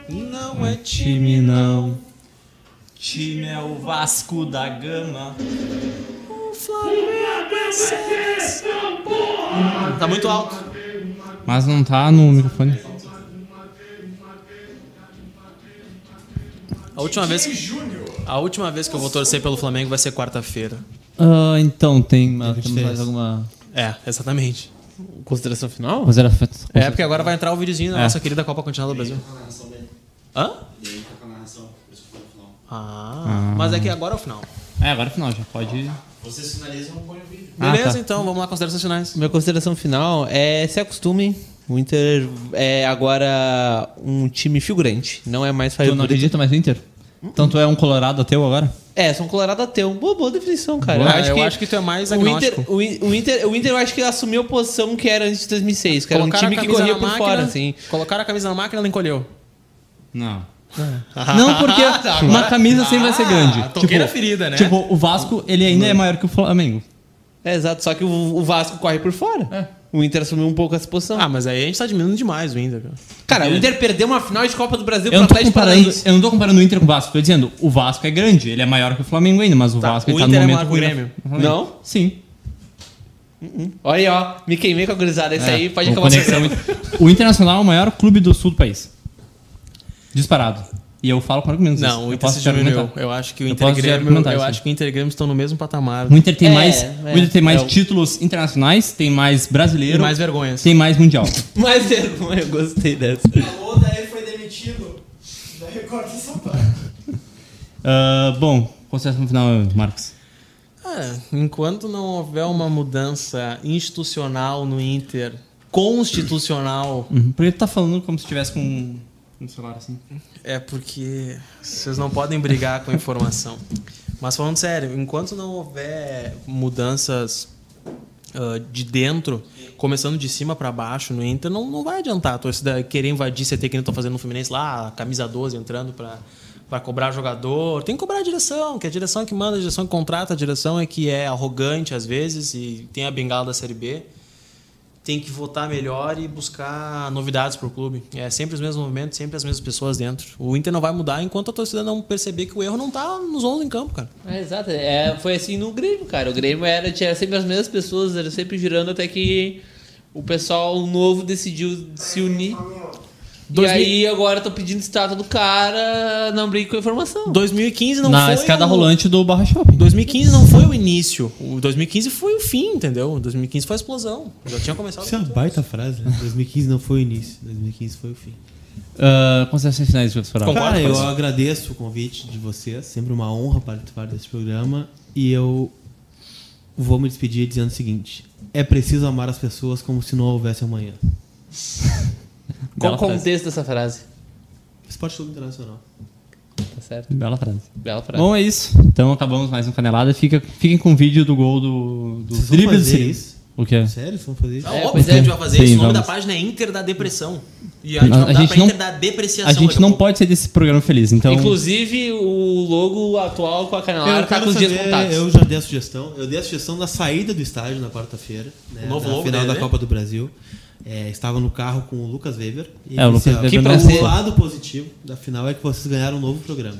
Não é time. Time não. Time é o Vasco da Gama. é Tá muito alto. Mas não tá no microfone. A última vez que. A última vez que eu vou torcer pelo Flamengo vai ser quarta-feira. Ah, então, tem, ah, temos 23. mais alguma... É, exatamente. Consideração final? Mas era feito. É, porque agora vai entrar o videozinho da É. nossa querida Copa Continental do Brasil. Hã? Ah, mas é que agora é o final. É, agora é final já. Pode. Vocês finalizam e põem o vídeo. Ah, Beleza, tá. então, vamos lá, considerações finais. Minha consideração final é se acostumem. O Inter é agora um time figurante, não é mais Tu não favorito. acredita mais no Inter? Então tu é um colorado (laughs) ateu agora? É, são Colorado ateu. Boa, boa definição, cara. Boa. Ah, eu acho que tu é mais o Inter, agnóstico. o, In- o Inter, o Inter, eu acho que assumiu a posição que era antes de 2006, que era um Colocaram time a que camisa corria na por máquina, fora, assim. Colocaram a camisa na máquina, ela encolheu. Tipo, Não. Não, porque Ah, tá, uma camisa sempre vai ser grande. toquei na ferida, né? Tipo, o Vasco, ele ainda é maior que o Flamengo. É, exato, só que o, o Vasco corre por fora. É. O Inter assumiu um pouco essa posição. Ah, mas aí a gente tá diminuindo demais o Inter, cara. cara, o Inter perdeu uma final de Copa do Brasil tá pro Eu não, tô Atlético comparando, Paranaense. eu não tô comparando o Inter com o Vasco, tô dizendo, o Vasco é grande, ele é maior que o Flamengo ainda, mas o Vasco o ele tá Inter no é momento maior que o ruim, né? Grêmio? Não? Sim. Olha aí, ó, me queimei com a gurizada. Esse aí pode O acabar Conexão- O Internacional é o maior clube do sul do país. Disparado. E eu falo com argumentos. isso. Não, o eu Inter se posso te diminuiu. argumentar. Eu acho que o Eu Inter e posso te Grêmio, argumentar eu isso. acho que o Inter e Grêmio estão no mesmo patamar. O Inter tem É, mais, é. o Inter tem mais É o- títulos internacionais, tem mais brasileiro, E mais assim. vergonhas. tem mais mundial. Mais vergonha, eu gostei dessa. Falou, daí foi demitido. Daí corta essa parte. Ah, bom, consideração final, Marcos. Cara, Ah, enquanto não houver uma mudança institucional no Inter, constitucional, Uhum. Por que tu tá falando como se tivesse com um- um celular assim? é porque vocês não podem brigar com a informação. Mas falando sério, enquanto não houver mudanças ah, de dentro, começando de cima pra baixo no Inter, não, não vai adiantar. A torcida querer invadir CT que nem estão fazendo no Fluminense lá, camisa 12 entrando pra para cobrar jogador. Tem que cobrar a direção, que a direção é que manda, a direção que contrata, a direção é que é arrogante às vezes e tem a bengala da Série B. tem que votar melhor e buscar novidades para o clube. É sempre os mesmos movimentos, sempre as mesmas pessoas dentro. O Inter não vai mudar enquanto a torcida não perceber que o erro não tá nos 11 em campo, cara. É, exato. É, foi assim no Grêmio, cara. O Grêmio era, tinha sempre as mesmas pessoas, era sempre girando até que o pessoal novo decidiu se unir. Dois E aí agora tô pedindo estátua do cara, não brinco com a informação. 2015 não Na foi escada o- rolante do Barra Shopping. 2015 não foi o início. O 2015 foi o fim, entendeu? 2015 foi a explosão. Já tinha começado. Isso é uma baita frase. Né? 2015 não foi o início, 2015 foi o fim. Ah, considerações finais, Jogos Fora. Concordo Cara, com eu isso. agradeço o convite de vocês. Sempre uma honra participar desse programa. E eu vou me despedir dizendo o seguinte: é preciso amar as pessoas como se não houvesse amanhã. Qual Bela o frase. contexto dessa frase? Esporte Clube Internacional. Tá certo? Bela frase. Bela frase. Bom, é isso. Então acabamos mais um Canelada. Fica, fiquem com o vídeo do gol do, do Vocês vão drible do fazer Siri. isso? O que é? Sério? Vocês vão fazer isso? Ah, É, óbvio pois que a gente é. vai fazer Sim, isso. O nome vamos. da página é Inter da Depressão. E a gente vai A mudar gente pra não- Inter da Depreciação. A gente daqui não pouco. pode ser desse programa feliz, então. Inclusive, o logo atual com a Eu Canelara tá quero com os dias saber- contados. Eu já dei a sugestão. Eu dei a sugestão da saída do estádio na quarta-feira, né, O novo na logo final dele. da Copa do Brasil. É, estava no carro com o Lucas Weber. E É, o disse, Lucas ó, Weber que não pra- aceita. O lado positivo da final é que vocês ganharam um novo programa.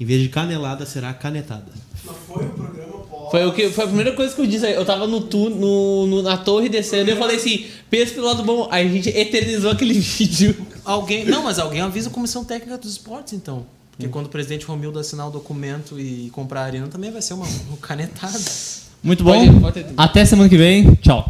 Em vez de canelada, será canetada. Foi, o que, foi a primeira coisa que eu disse. Eu tava no tu, no, no- na torre descendo e eu falei assim: pensa pelo lado bom. Aí a gente eternizou aquele (laughs) vídeo. Alguém, não, mas alguém avisa a comissão técnica dos esportes, então. Porque quando o presidente Romildo assinar o documento e comprar a arena, também vai ser uma, uma canetada. Muito bom. Pode- pode- Até semana que vem. Tchau.